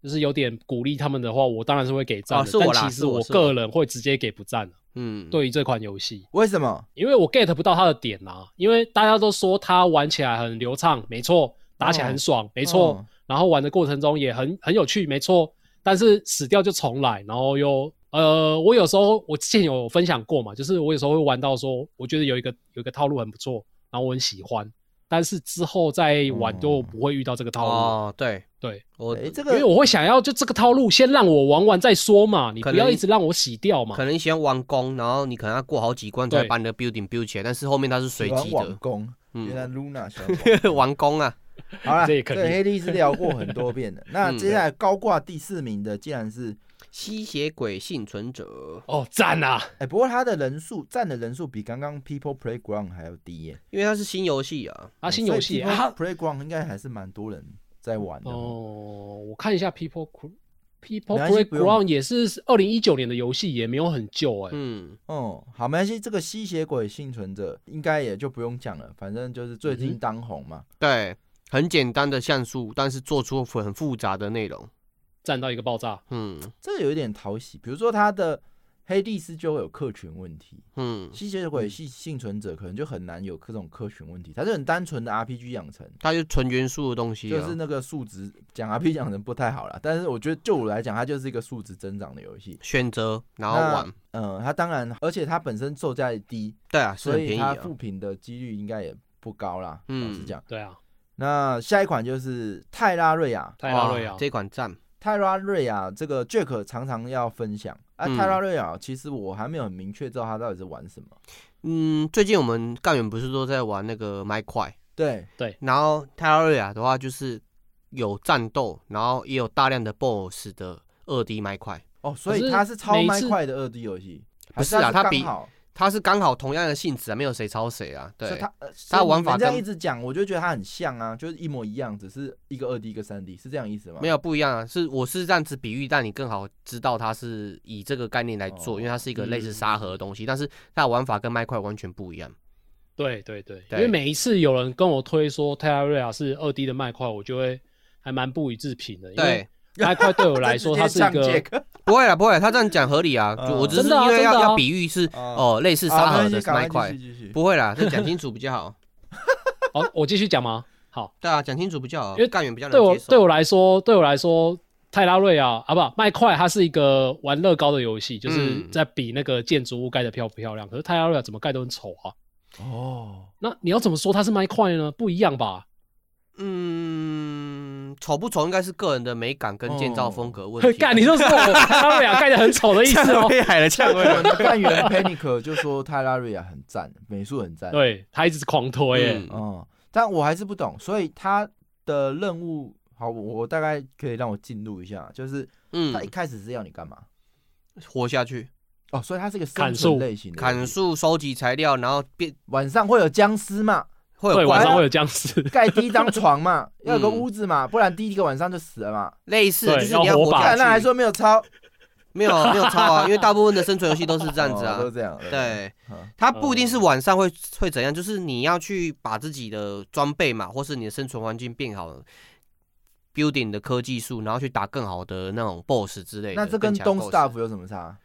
就是有点鼓励他们的话，我当然是会给赞
哦
的、
是我啦
但其
是
实
我
我
是我
个人会直接给不赞的。
嗯，
对于这款游戏，
为什么？
因为我 get 不到它的点啊，因为大家都说它玩起来很流畅，没错，打起来很爽，没错，
哦
然后玩的过程中也很很有趣，没错，但是死掉就重来，然后又呃，我有时候我之前有分享过嘛，就是我有时候会玩到说，我觉得有一个有一个套路很不错，然后我很喜欢，但是之后再玩
嗯
就不会遇到这个套路，
哦，对
对，
我
哎，这
因为
个
我会想要就这个套路先让我玩完再说嘛，你
可
不要
能
一直让我洗掉嘛
可，能喜欢玩弓，然后你可能要过好几关才
对
把你的 building build 起来，但是后面它是随
喜欢
机
网
的。
工，原来
嗯，
Luna 喜欢
玩弓
网工。
啊，
好了，
这
这
也肯定
个黑帝斯聊过很多遍 了。那
嗯
接下来高挂第四名的，竟然是
吸血鬼幸存者，
哦，赞啊，
哎，不过他的人数占的人数比刚刚 People Playground 还要低耶。哦
因为它是新游戏啊，
啊，新
所以
游戏
People
啊，
Playground 应该还是蛮多人在玩的。
哦，我看一下 People Cru- People
没关系不用
Playground 也是二零一九年的游戏，也没有很旧哎、
嗯，
哦，好，没关系。这个吸血鬼幸存者应该也就不用讲了，反正就是最
嗯
近
哼
当红嘛。
对，很简单的像素，但是做出很复杂的内容，
站到一个爆炸。
嗯
这个有一点讨喜。比如说他的黑帝斯就会有客群问题，
嗯，
吸血鬼系幸存者可能就很难有各种客群问题，它是很单纯的 RPG 养成。
它就纯元素的东西
就
啊
是，那个数值讲 RPG 养成不太好啦，但是我觉得就我来讲，它就是一个数值增长的游戏。
选择然后
那
玩，
嗯，它当然，而且它本身售价也低，
对啊，是
所
很
以
便宜
它
啊，
复评的几率应该也不高啦。
嗯
老实讲，
对啊，
那下一款就是泰拉瑞亚，
泰拉瑞
哇
亚，
这款赞，
泰拉瑞亚啊这个 Jack 常常要分享啊，
嗯
泰拉瑞亚其实我还没有很明确知道它到底是玩什么。
嗯，最近我们干员不是都在玩那个麦块，
对，
然后泰拉瑞亚的话就是有战斗，然后也有大量的 BOSS 的二 D 麦块，
哦，所
可
以
是
它是超
每一
麦
次
块的二 D 游戏，
不
还
是
是
啊它
它
比
刚好，
它是刚好同样的性质啊，没有谁抄谁啊，对，
它呃
它的玩
你们
法
这样
跟
一直讲，我就觉得它很像啊，就是一模一样，只是一个二 D 一个三 D，是这样意思吗？
没有不一样啊，是我是这样子比喻，但你更好知道它是以这个概念来做，
哦
因为它是一个类似
嗯
沙盒的东西，但是它的玩法跟麦块完全不一样。
哦对对对，
对
因为每一次有人跟我推说泰拉瑞亚是二 D 的麦块，我就会还蛮不予置评的，因为
对，
麦块对我
这
来
直
说
接
它是 一
呛
个
Jack
不会啦，不会啦，他这样讲合理啊，
嗯
就我只是
真的啊
因为
真的
要
啊
要比喻是
嗯
哦类似沙
好
盒
没关
的
系赶
麦
快
块
继，续继续
不会啦，这讲清楚比较好。
哦，我继续讲吗？好，
对啊，讲清楚比较好，
因为
干员比较能
对我
接受。
对我来说，对我来说，泰拉瑞亚啊，不，麦块它是一个玩乐高的游戏，就是
嗯
在比那个建筑物盖的漂不漂亮。可是泰拉瑞亚怎么盖都很丑啊，
哦，
那你要怎么说它是麦块呢？不一样吧？
嗯，嗯，丑不丑应该是个人的美感跟建造风格问
嘿哦
题。
干，你就是我他们俩盖的很丑的意 思哦。
被海了，呛 回来。
我的干员 Panic 就说泰拉瑞亚很赞，美术很赞。，
对他一直狂推耶、
嗯
嗯，但我还是不懂，所以他的任务，好，我我大概可以让我进入一下，就是他一
嗯，
开始是要你干嘛？
活下去，
哦，所以它是一个生
砍
存
树
类型的游戏，
砍树、收集材料，然后变
晚上会有僵尸嘛，
会
对，
有
晚
怪
上会有僵尸，
盖第一张床 嘛，要有个
嗯
屋子嘛，不然第一个晚上就死了嘛。
类似，
对
就是
要
你要
活
活
把
下
干
去。
那还说没有抄，
没有没有抄啊，因为大部分的生存游戏都是这样
哦
子
都
啊。
这样。都这样，
对
嗯，
它不一定是晚上会会怎样，就是你要去把自己的装备嘛，或是你的生存环境变好，building 的科技树，然后去打更好的那种 boss 之类的。
那这跟
更强的
Don
boss
Staff 有什么 差？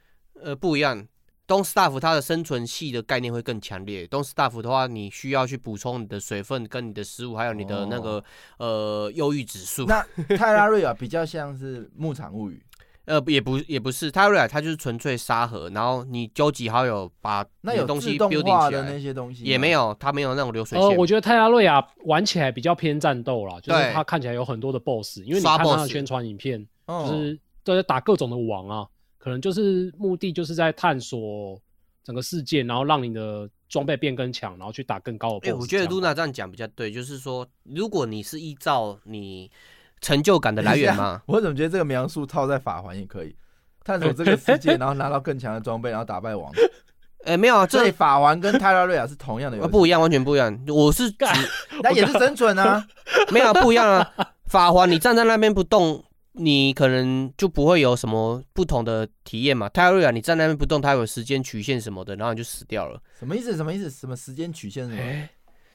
呃不一样。Don Staff 它的生存系的概念会更强烈。Don Staff 的话，你需要去补充你的水分、跟你的食物，还有你的那个、呃忧郁指数。
哦那泰拉瑞亚比较像是牧场物语，
呃，也不也不是，泰瑞尔它就是纯粹沙盒，然后你纠集好友把
那
你的
有
东
自
西
动
building
化
起
的
来
那。些东西吗哦
也没。有，它没有那种流水
呃，
线。
我觉得泰拉瑞亚玩起来比较偏战斗啦，就是
对
它看起来有很多的 BOSS，因为你
刷
看它的
boss
宣传影片，就
嗯，，
是都在打各种的网啊，可能就是目的就是在探索整个世界，然后让你的装备变更强，然后去打更高的 BOSS
哎、
这样吧。
我觉得露娜这样讲比较对，就是说，如果你是依照你成就感的来源嘛
我怎么觉得这个描述套在法环也可以？探索这个世 界，然后拿到更强的装备，然后打败王。
哎、没有啊，
所以
这
法环跟泰拉瑞亚是同样的游
呃
戏，
不一样，完全不一样。我是指
那也是生存啊。
没有啊不一样啊，法环你站在那边不动。你可能就不会有什么不同的体验嘛？泰瑞尔，你站在那边不动，它有时间曲线什么的，然后你就死掉了。
什么意思？什么意思？什么时间曲线是什么？
哎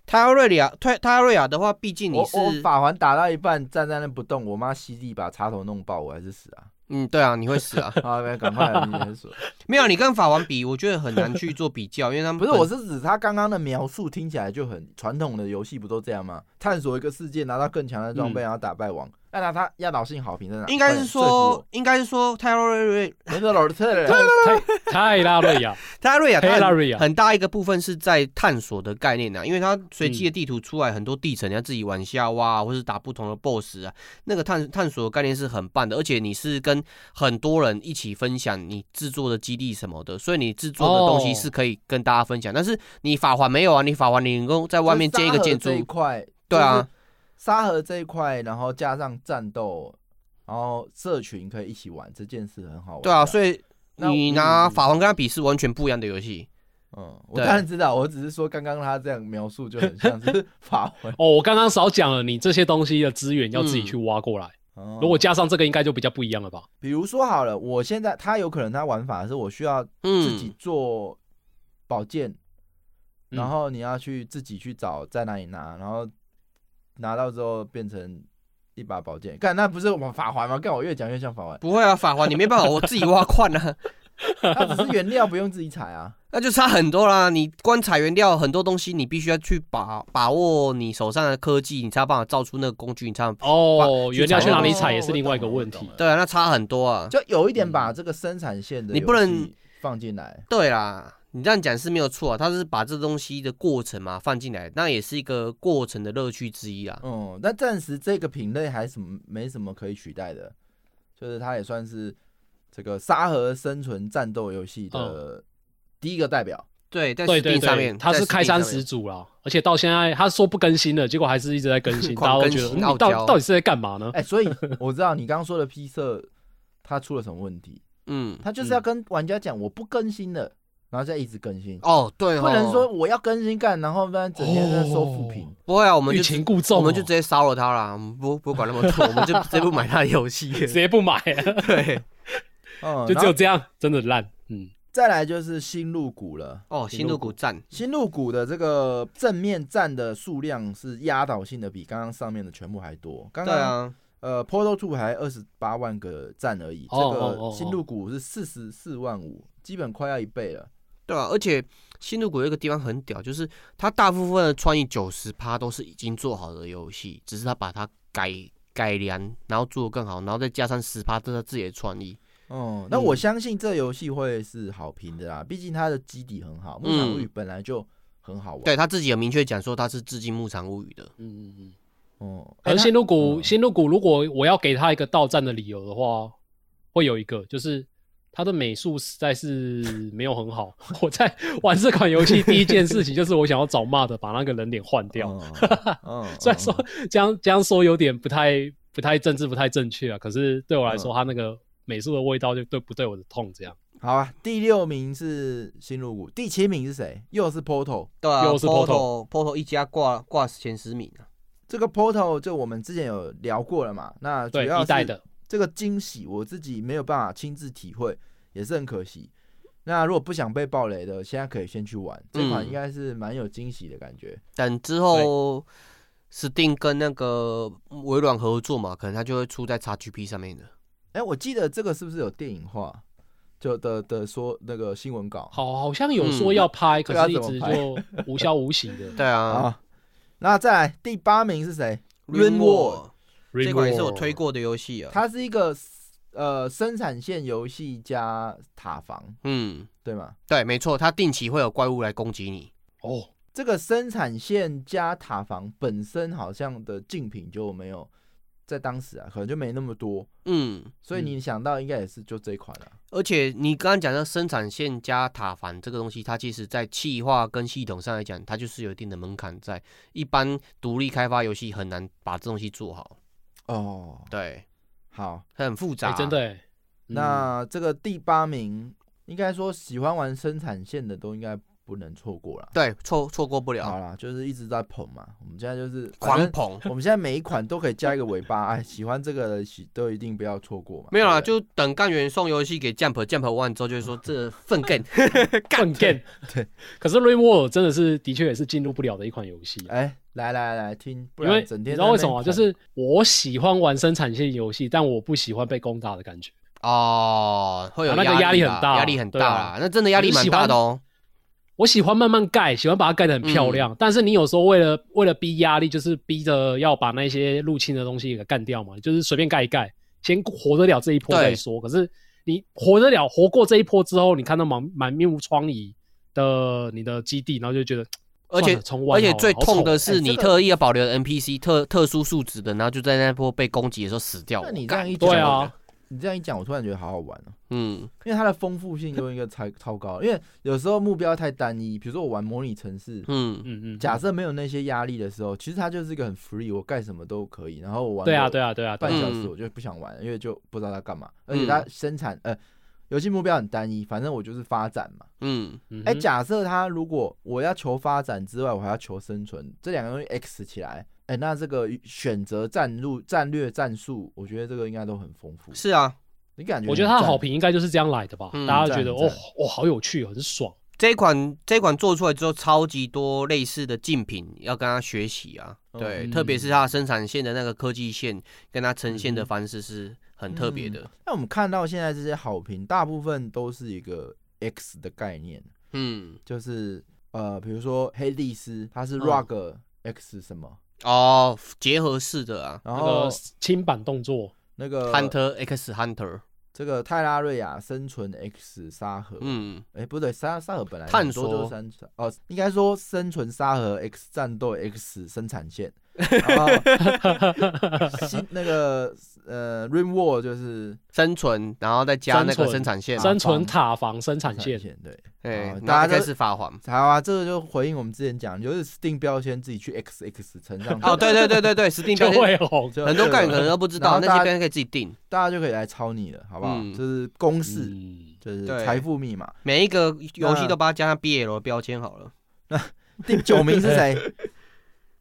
泰瑞亚，泰泰瑞亚的话，毕竟哎你
我
是
我法环打到一半站在那不动，我妈吸地把插头弄爆，我还是死啊！。
嗯，对啊，你会死啊
啊，没赶快你 先说。
没有，你跟法环比，我觉得很难去做比较，因为他们
不是，
本
我是指他刚刚的描述听起来就很传统的游戏不都这样吗？探索一个世界，拿到更强的装备，然后打败王。那他他压倒性好评在哪？
嗯应该是说， 应该是说泰瑞瑞
快点说服我，没说老特
泰泰泰拉瑞 亚，
泰瑞亚，
泰拉
它
瑞亚，
啊很大一个部分是在探索的概念啊，因为它随机的
嗯
地图出来很多地层，你要自己往下挖、啊，或是打不同的 BOSS 啊，那个探探索的概念是很棒的，而且你是跟很多人一起分享你制作的基地什么的，所以你制作的东西
哦
是可以跟大家分享。但是你法环没有啊，你法环你能够在外面建一个建
这一
筑，
块，
对啊，
沙盒这一块，然后加上战斗，然后社群可以一起玩这件事很好玩。
对啊，所以
那我
你拿
嗯
法环跟它比是完全不一样的游戏。
嗯，我
对
当然知道，我只是说刚刚他这样描述就很像是 法文。
哦，我刚刚少讲了，你这些东西的资源要自
嗯
己去挖过来。
哦
如果加上这个，应该就比较不一样了吧？
比如说好了，我现在他有可能他玩法是我需要自己
嗯，。
做宝剑，
嗯
然后你要去自己去找在哪里拿，然后拿到之后变成一把宝剑。干，那不是我们法环吗？干，我越讲越像法环
不会啊，法环你没办法，我自己挖矿啊。
它只是原料不用自己采啊。
那就差很多啦。你光采原料很多东西，你必须要去把把握你手上的科技，你才有办法造出那个工具，你才有
哦，
去
原料去哪里
采
采也是另外一个问
哦我
题
懂了。
对啊，那差很多啊。
就有一点把这个生产线的
你不能
游戏放进来。
对啦，你这样讲是没有错啊，他是把这东西的过程嘛放进来，那也是一个过程的乐趣之一啊啦。
嗯，那暂时这个品类还什么没什么可以取代的，就是它也算是这个沙盒生存战斗游戏
嗯
的第一个代表。
对，在
对
Steam
对
上面
对，，它是
在
开
Steam 上
山
面
始祖啦，而且到现在他说不更新了，结果还是一直在更新，大
狂
家都
更
觉得
新
嗯
傲
你到
娇
到底是在干嘛呢？
哎、所 以我知道你刚刚说的 P 社，它出了什么问题？
嗯，
它就是要跟玩家讲我不更新了，然后再一直更新，
哦，对哦，
不能说我要更新干，然后不然整天在收负评。
哦
不会啊，我们
欲
就
擒
直
故纵哦，
我们就直接烧了他啦，我们不不管那么多，我们就直接不哦买他的 游戏。
直接不买，
对，
嗯，
哦 就
然
只
后
有这样，真的烂。嗯，
再来就是新入股了。
哦，新路谷站，
新入股的这个正面站的数量是压倒性的，比刚刚上面的全部还多。刚
对
刚、
啊，
呃，Portal Two 还二十八万个赞而已，这
哦哦
个
哦
新入股是四十四万五，基本快要一倍了。
对啊，而且新入谷有一个地方很屌，就是它大部分的创意九十趴都是已经做好的游戏，只是它把它改改良，然后做得更好，然后再加上十趴都是它自己的创意。
哦、
嗯
那我相信这游戏会是好评的啦，毕竟它的基底很好，《牧场物语》本来就很好玩。
对他自己有明确讲说他是致敬《牧场物语》的，
嗯嗯嗯，
哦，哎
而
那
仙露谷，
嗯
仙露谷，如果我要给他一个到站的理由的话，会有一个，就是他的美术实在是没有很好。 我在玩这款游戏第一件事情就是我想要找骂的，把那个人脸换掉。
嗯嗯
虽然说这样这样说有点不太不太政治不太正确啊，可是对
嗯
我来说，他那个美术的味道就对不对我的痛这样。
好啊，第六名是新入股，第七名是谁？又是 Portal。
对啊
又是
Portal Portal 一家挂挂前十名啊，
这个 Portal 就我们之前有聊过了嘛，那主
对，
要
一代
是
的，
这个惊喜我自己没有办法亲自体会，也是很可惜。那如果不想被暴雷的，现在可以先去玩这款，
嗯
应该是蛮有惊喜的感觉。
等之后 Steam 跟那个微软合作嘛，可能它就会出在 XGP 上面的。
哎、我记得这个是不是有电影化？就的的说那个新闻稿
好好像有
嗯
说要拍，
对啊
可是一
怎么
直
拍
就无消无息 的。
对啊
啊。那再来第八名是谁？Ring
，Ring
War
War 这款也是我推过的游戏啊。
它是一个呃生产线游戏加塔防，
嗯，
对吗？
对，没错，它定期会有怪物来攻击你。
哦，
这个生产线加塔防本身好像的竞品就没有在当时啊，可能就没那么多，
嗯，
所以你想到应该也是就这一款了、
而且你刚刚讲的生产线加塔防这个东西，它其实在气化跟系统上来讲，它就是有一定的门槛在。一般独立开发游戏很难把这东西做好，
哦，
对，
好，
它很复杂。
哎，真的，哎，嗯
那这个第八名，应该说喜欢玩生产线的都应该不能错过了。
对，错错过
啊
不
好
了，
啦，就是一直在捧嘛，我们现在就是反
狂
正
捧。
我们现在每一款都可以加一个尾巴，哎，喜欢这个的喜都一定不要错过嘛。
没有啦，
对不
就等干员送游戏给 Jump Jump 完之后，就会说这粪 g
嗯更 game
对，
可是 Rain War 真的是的确也是进入不了的一款游戏啊、
对哎，来来来听，不
因为
然
你
整
知
天
道为什
在那边
么啊？就
捧
是我喜欢玩生产线游戏，但我不喜欢被攻打的感觉。
哦，会有
啊那个
压力
压力
啦
很大
压力很大
对啊
啦，那真的压力蛮大的哦。
我喜欢慢慢盖，喜欢把它盖得很漂
嗯
亮。但是你有时候为了为了逼压力，就是逼着要把那些入侵的东西给干掉嘛，就是随便盖一盖，先活得了这一波
对
再说。可是你活得了，活过这一波之后，你看到满满面无疮痍的你的基地，然后就觉得，
而且
算了重玩
而且
好了
最
好
痛
丑
的
哎
是，你
这个
特意要保留 NPC 特特殊数值的，然后就在那波被攻击的时候死掉。
那你
我
这样
干
一
不
讲
对
想
啊
玩了，
你这样一讲，我突然觉得好好玩哦、
嗯，
因为它的丰富性都应该超超高，因为有时候目标太单一，比如说我玩模拟城市，
嗯，
嗯嗯，
假设没有那些压力的时候，其实它就是一个很 free，我干什么都可以，然后我玩
对啊
个
对啊对啊，嗯对
半
啊
小
嗯
时我就不想玩了，因为就不知道它干嘛，而且它生产呃游戏目标很单一，反正我就是发展嘛。
嗯，
嗯哼
哎、假设它如果我要求发展之外，我还要求生存，这两个东西 X 起来，哎、那这个选择战路、战略、战术，我觉得这个应该都很丰富。
是啊，
你感觉
我觉得
很
它的
赞
好评应该就是这样来的吧，
嗯
大家觉
赞
得哦
赞
哦好有趣，很爽。
这一款这一款做出来之后，超级多类似的竞品要跟他学习啊。
哦
对，
嗯
特别是它的生产线的那个科技线，跟它呈现
嗯
的方式是很特别的。
那我们看到现在这些好评，大部分都是一个 X 的概念，
嗯，
就是呃，比如说黑帝斯，它是
嗯
Rug X 什么，
哦，结合式的啊
然
那
后
个轻板动作，
那个
，Hunter X Hunter，
这个泰拉瑞亚生存 X 沙盒，嗯，
嗯，
哎，不对，沙沙盒本来
探
很多
索
就是生存哦，应该说生存沙盒 X 战斗 X 生产线，然后新那个呃 Rain War 就是
生存，然后再加那
生
个
存
生产线，
生
生存塔防生产线，
对。
哎
哦，
然
大
后
家
再
都
是法环。
好啊，这个就回应我们之前讲，就是定标签自己去 X X 乘上去
哦，对对对对对，指定
就
标
会
签，
红。
就
很多干员可能都不 知道，
然后
那
大家
些标签可以自己定。
大家就可以来抄你了，好不好？
嗯
就是公式，
嗯，
就是
对
财富密码。
每一个游戏都把它加上 BL 的标签好了。
第九名是 谁？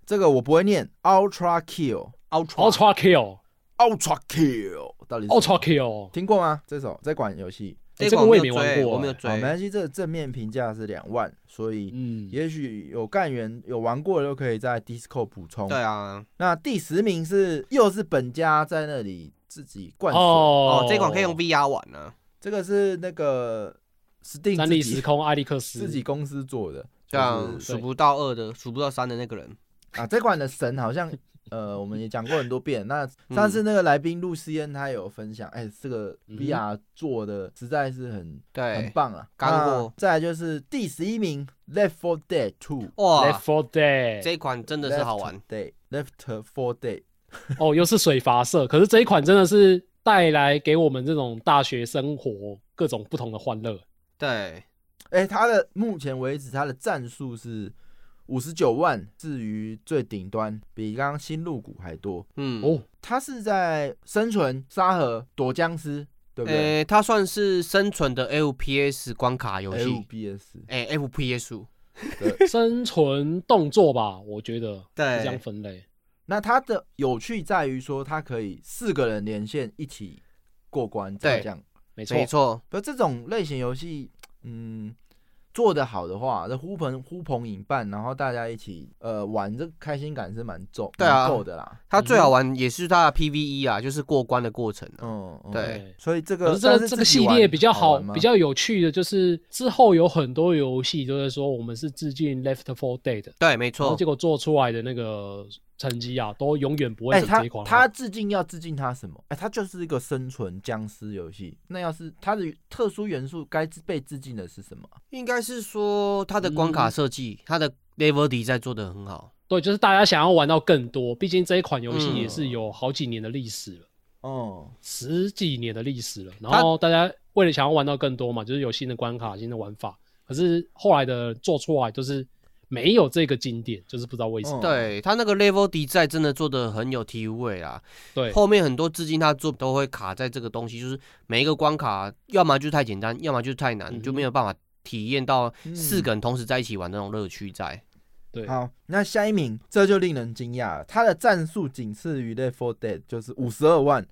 这个我不会念，Ultra Kill，Ultra
Ultra
Ultra Kill，Ultra
Kill 到底是
哦
什么
Kill，
听过吗？这首嗯这款游戏，
哎
这
这
款
个
我
我也
没有
没玩
追，
过
我没有
哎
好，没
追。
关系，这个正面评价是两万，所以
嗯，
也许有干员有玩过的都可以在 Disco 补充。
对啊，
那第十名是又是本家在那里自己灌水。
哦
哦，这款可以用 VR 玩啊呢。
这个是那个 Steam
三
自
立
己
时空艾利克斯
自己公司做的，
对啊，
就是
数不到二的，数不到三的那个人，
啊，这款的神好像 呃，我们也讲过很多遍。那
嗯
上次那个来宾露西恩他有分享，哎、这个
嗯
VR 做的实在是很、很
对，
棒啊。
干
那
货
再来就是第十一名 Left for Dead Two，
哇，
Left 4 Dead，
这款真的是好玩。
对 Left for Dead，
哦，又是水发射。可是这一款真的是带来给我们这种大学生活各种不同的欢乐。
对，
哎，它的目前为止它的战术是五十九万，至于最顶端，比刚刚新入股还多。
嗯，
哦，
它是在生存、沙盒、躲僵尸，对不对
诶，它算是生存的 FPS 关卡游戏，
？LBS
诶 f p s
生存动作吧，我觉得是这样
对，
分类。
那它的有趣在于说，它可以四个人连线一起过关，这
对
样。
没错
没，错，
不，这种类型游戏，嗯，做得好的话，这呼朋呼朋引伴，然后大家一起呃玩，这开心感是蛮重，
对
蛮
啊
够的啦。
它
嗯
最好玩也是它的 PVE 啊，就是过关的过程啊。
嗯，嗯
对
对。
所以这
可
个
是这
但
这
自
个
己
系
玩
列比较
好
好
玩吗，
比较有趣的就是之后有很多游戏都在说我们是致敬 Left for Dead，
对，没
然后
错
结，果做出来的那个成绩啊，都永远不会
哎、
比
他
这一啊款好。
他致敬要致敬他什么？哎、他就是一个生存僵尸游戏。那要是他的特殊元素该被致敬的是什么？
应该是说它的关卡
嗯
设计，它的 level design 做得很好。
对，就是大家想要玩到更多，毕竟这一款游戏
嗯
也是有好几年的历史了，
哦、
十几年的历史了。然
它
后大家为了想要玩到更多嘛，就是有新的关卡、新的玩法。可是后来的做出来就是没有这个经典，就是不知道为什么。
嗯
对它那个 level design 真的做得很有体味啊，
对，
后面很多至今他做都会卡在这个东西，就是每一个关卡，要么就是太简单，要么就是太难，
嗯哼
就没有办法体验到
嗯
四个人同时在一起玩那种乐趣 在。
对
好，那下一名这就令人惊讶了，他的战术仅次于《Left 4 Dead》，就是五十二万。
啊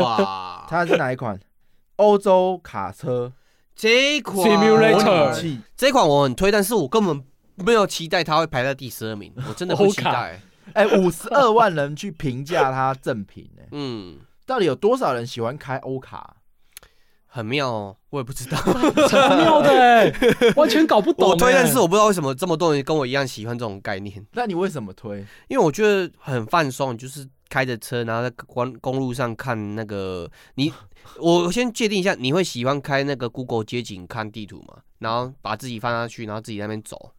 哇，
它是哪一款？欧洲卡 车
这一款
Simulator
模拟器
这一款我很推，但是我根本没有期待它会排在第十二名，我真 的不期待。
哎，五十二万人去评价它正品呢、
嗯，
到底有多少人喜欢开欧卡？
很妙哦，我也不知道。
超妙的、欸，完全搞不懂、欸。
我推，但是我不知道为什么这么多人跟我一样喜欢这种概念，
那你为什么 推？
因为我觉得很放松，就是开着车，然后在公公路上看那个你，我先界定一下，你会喜欢开那个 Google 街景看地图吗？然后把自己放下去，然后自己在那边走，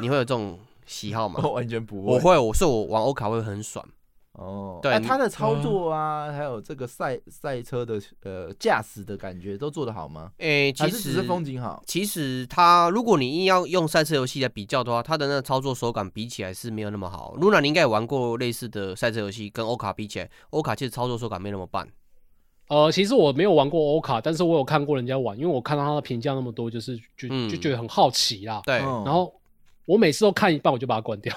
你会有这种喜好吗？
我完全不
我会，我所以我玩欧卡会很爽。
哦，
对
哎
你
它的
嗯
操作啊，还有这个赛赛车的呃驾驶的感觉都做得好吗？
诶、
还
其
是只
实
是风景好？
其实它，如果你硬要用赛车游戏来比较的话，它的那个操作手感比起来是没有那么好。露娜，你应该也玩过类似的赛车游戏，跟欧卡比起来，欧卡其实操作手感没那么棒。
呃，其实我没有玩过欧卡，但是我有看过人家玩，因为我看到他的评价那么多，就是就
嗯
就觉得很好奇啦。
对，
嗯
然后我每次都看一半，我就把它关掉，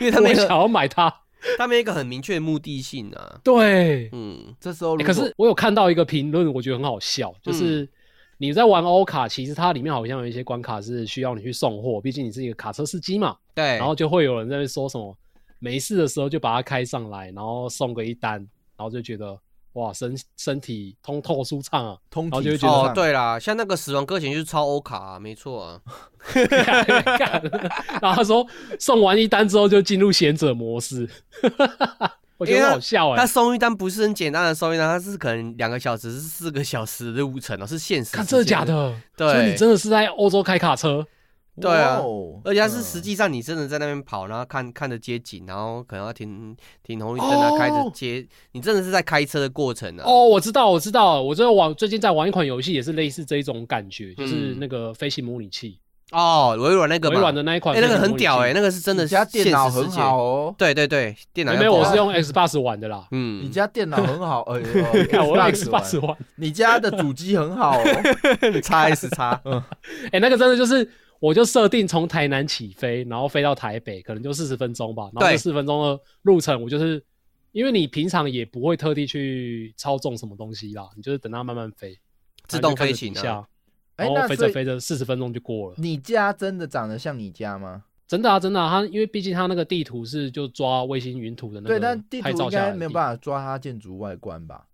因为它
我
没
也
有
想要买它。
他们有一个很明确的目的性啊。
对，
嗯，
这时候如
欸
果
可是我有看到一个评论，我觉得很好笑，就是你在玩欧卡，其实它里面好像有一些关卡是需要你去送货，毕竟你是一个卡车司机嘛。
对，
然后就会有人在那边说什么没事的时候就把它开上来，然后送个一单，然后就觉得哇身身体通透舒畅啊。
通
然后
体
就会觉得
上
哦，，对啦，像那个死亡搁浅就是超欧卡、啊，没错啊。
干 然后他说送完一单之后就进入贤者模式， 我觉得很好笑哎、
他
欸。
送一单不是很简单的送一单，他是可能两个小时是四个小时的路程哦，是现实。
看真的假？的？所以
对，
你真的是在欧洲开卡车？
对
哇
啊
哦
而且它是
嗯
实际上你真的在那边跑，然后看看着街景，然后可能要停停红绿灯啊，开着街，你真的是在开车的过程啊。
哦哦，我知道，我知道，我最近玩最近在玩一款游戏，也是类似这一种感觉，就是
嗯
那个飞行模拟器，
哦，微软那个
微
嘛，
软的那一款
哎，
飞
那
行模
个
拟器。
很屌哎，那个是真的
你家
现
电脑
实世
很
界。
好哦，
对对对，电脑
没哎
要
有没有，我
屌
是用 Xbox 玩的 啦。
嗯，
你家电脑很好， 哎呦，
看 我用
Xbox 玩
Xbox 玩，
你家的主机很 好哦，
叉 S 叉，
哎、那个真的就是，我就设定从台南起飞，然后飞到台北，可能就四十分钟吧。然后
对
这四十分钟的路程，我就是因为你平常也不会特地去操纵什么东西啦，你就是等它慢慢飞，
自
然后
动
你就看
飞
着
行
底
啊。
下，
哎
然后
那
飞
所
着
以
飞着四十分钟就过了。
你家真的长得像你家吗？
真的啊，真的啊，它因为毕竟它那个地图是就抓卫星云图的那
对，
个
但地
拍
图
照
应
下来
该
的
没有
地
办法抓它建筑外观吧？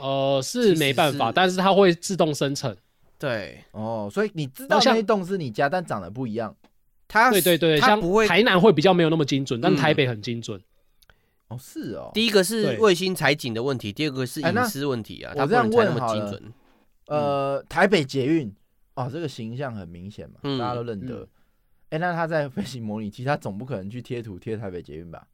呃，
其
是
实
没办法，
是
但是它会自动生成。
对，
哦，所以你知道
那像
那一栋是你家，但长得不一样。
它
对对对，
它
像
不会。
台南会比较没有那么精准，但
嗯
台北很精准。
哦，是哦。
第一个是
对
卫星采景的问题，第二个是
哎那
隐私问题啊，
我
它不
这样
能采那
问
么
好
精
了
准。
呃，台北捷运哦，这个形象很明显嘛，
嗯嗯
大家都认得。哎，那他在飞行模拟器，他总不可能去贴图贴台北捷运吧？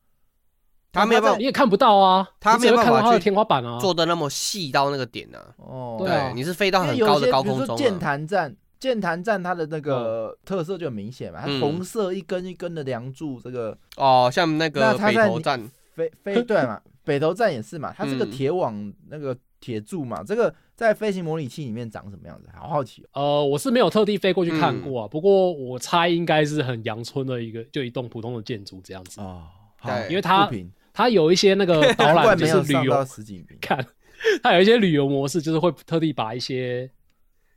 他没有办法
你也看不到啊，
他
你只
没有
会
办
看
法
到他的
去
天花板啊。
做的那么细到那个点呢、啊。
哦，
对啊
你是飞到
因为
很
有
高
一些
的高
比
空
如说
中、
剑
啊。
潭站，剑潭站它的那个特色就很明显嘛，它
嗯
红色一根一根的梁柱，这个
哦，像那
那
个
他
北
在
投
你
站，
飞飞对嘛，北投站也是嘛，它这个
嗯
铁网那个铁柱嘛，这个在飞行模拟器里面长什么样子，好好奇哦。
呃，我是没有特地飞过去看
嗯
过啊，不过我猜应该是很阳春的一个，就一栋普通的建筑这样子。
哦，
对
因为它
不平
它有一些那 个导
难怪
览就
没
是
有
旅
上到
游，
十几名。
看它有一些旅游模式，就是会特地把一些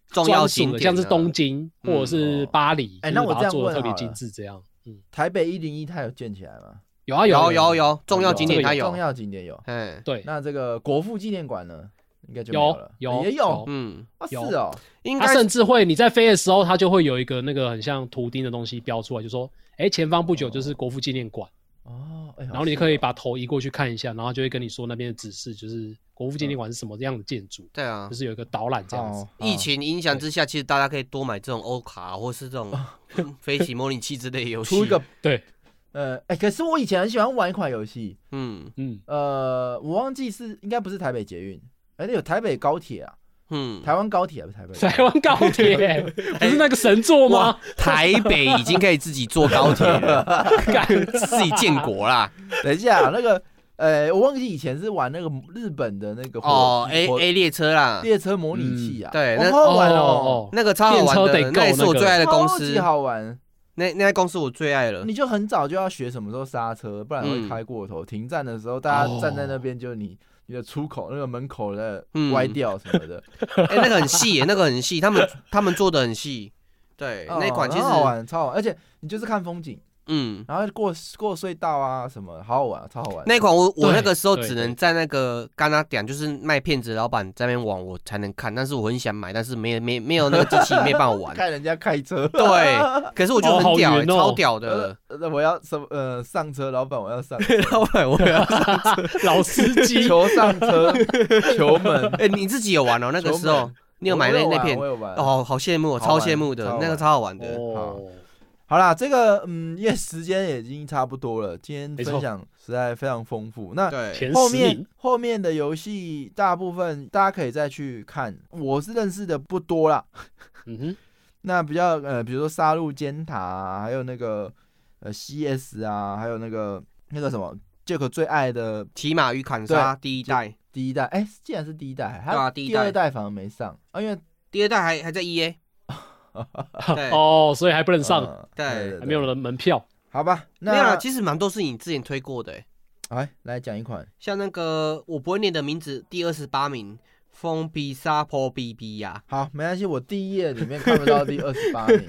重
专
要
属
景点
的，
啊，
像是东京
嗯
或者是巴黎，
哎
就是
那我这
把它
样
做的
问
特别
好了
精致这样。嗯，
台北一零一它有建起来吗？
有啊
有
啊
有
有啊，
有重要景点，它
重
有，
要景点有。
嗯
对，
那这个国父纪念馆呢，应该就没
有
了，
有
也有
嗯，
啊，是
有
哦，
应
它
该
甚至会你在飞的时候，它就会有一个那个很像图钉的东西标出来，就说，哎，前方不久就是国父纪念馆，
哦，哎
然后你可以把头移过去看一下，然后就会跟你说那边的指示，就是国父纪念馆是什么样的建筑，
对
嗯
啊
就。是有一个导览这样
哦
子。
疫情影响之下，其实大家可以多买这种欧卡或是这种 飞行模拟器之类的游戏。
出一个
对，
呃，哎、可是我以前很喜欢玩一款游戏，
嗯
嗯，
呃，我忘记是应该不是台北捷运，哎、有台北高铁啊，
嗯，
台湾高铁还是台北高铁？
台湾高铁不是那个神作吗？
台北已经可以自己坐高铁了，
干
自己建国啦。
等一下、那个，呃，我忘记以前是玩那个日本的那个火
哦，A
火
A 列车啦，
列车模拟器啊，
嗯对那
好好玩哦，
哦
那个超好玩
电
的，
车得够
也是我最爱的公
超
司
级，好玩。
那那家公司我最爱了。
你就很早就要学什么时候刹车，不然会开过头。停站的时候，大
哦
家站在那边，就是你你的出口那个门口的
嗯
歪掉什 么的，
哎、那个很细耶，那个很细，他们他们做的很细。对，
哦
那款其实
很好玩，超好玩，而且你就是看风景。
嗯，
然后过过隧道啊什么，好好玩，超好玩。
那款我我
对
那个时候
对
只
对
能在那个干他点，就是卖片子的老板在那边玩，我才能看。但是我很想买，但是没没没有那个机器，没办法 玩。
看人家开车，
对，可是我觉得
哦
很
好
屌、
远
欸，
哦
超屌的
呃。，那我要什么？呃，上车，老板，我要 上车，
老板，我要
老司机， 哦
求上车，求门。
哎、你自己有玩哦？那个时
球
候
门
你有买那
我
那
玩
片
我？有玩。
哦，好羡慕，哦，
好
超
玩
羡慕的
超，
那个
玩
超好玩的。
好
哦，
好啦，这个嗯，因为时间也已经差不多了，今天
没错
分享实在非常丰富。那
对，
前
后
十
面
名
后面的游戏大部分大家可以再去看，我是认识的不多啦。
嗯哼，
那比较呃，比如说杀戮尖塔、啊，还有那个呃 CS 啊，还有那个那个什么杰克最爱的
骑马与砍杀第一代，
第一代，哎、既然是第一代，还
对
有
啊第一
第二
代
代反而没上啊，因为
第二代还还在 E A。对
哦，所以还不能上，
呃
对
哎对
还没有人门票。
好吧？那
没有啦，其实蛮多是你之前推过的、欸，
哎，来讲一款
像那个我不会念的名字，第二十八名，封闭沙坡 BB 呀、
好，没关系，我第一页里面看不到第二十八 名，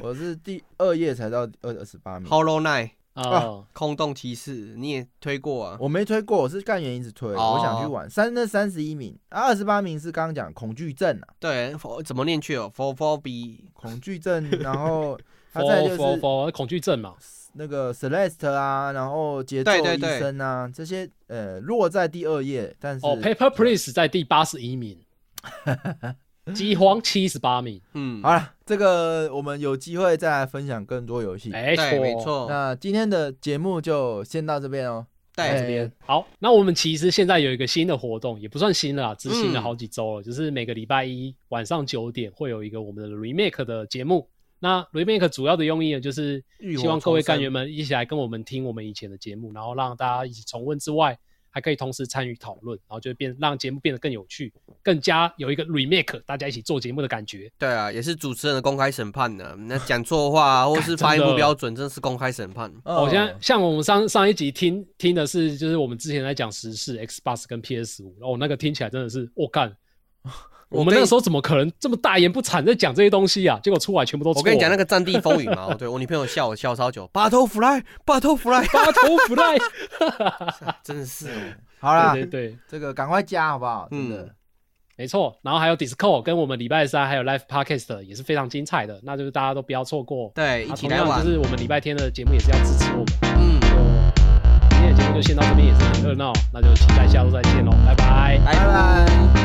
我是第二页才到第二二十八名
嗯
h，o l l o w Night
啊，
空洞骑士，你也推过啊？
我没推过，我是干员一直推，我想去
哦
玩三那三十一名啊，二十八名是刚刚讲恐惧症啊，
对，佛怎么念去哦 f o r f o r B，
恐惧 症，然后它再就
for
是
for for 恐惧症嘛，
那个 Celeste 啊，然后节奏
对对
医
对
生啊，这些呃落在第二页，但是
哦，Paper Please 在第八十 一名，饥荒七十八名，
嗯，
好了，这个我们有机会再来分享更多游戏。
哎，
对，没，错，
那今天的节目就先到这边哦。
到
对
这边
哎。
好，那我们其实现在有一个新的活动，也不算新了啊，执行了
嗯
好几周了，就是每个礼拜一晚上九点会有一个我们的 remake 的节目。那 remake 主要的用意呢，就是
浴火
希望各位
重生
干员们一起来跟我们听我们以前的节目，然后让大家一起重温之外，还可以同时参与讨论，然后就变让节目变得更有趣，更加有一个 remake 大家一起做节目的感觉。
对啊，也是主持人的公开审判呢、那讲错话、啊、或是发音
真的
不标准，真的是公开审判。
哦
我现在像我们上上一集听听的是，就是我们之前在讲时事 Xbox 跟 PS 五，哦，那个听起来真的是我干。我们
跟
那
你
时候怎么可能这么大言不惭在讲这些东西啊？结果出来全部都错。哦
我跟你讲那个《战地风云》嘛，我哦对我女朋友笑我笑超久，Butterfly，Butterfly，
八头不 赖，
真的是哦，
好啦，
对对对，
这个赶快加好不好？真的，
嗯
没错。然后还有 Discord 跟我们礼拜三还有 Live Podcast 也是非常精彩的，那就是大家都不要错过。
对，一
啊
起
同
来
样
玩
就，是我们礼拜天的节目也是要支持我们。
嗯，
今天的节目就先到这边，也是很热闹，那就期待下周再见喽，拜拜。
拜
拜拜。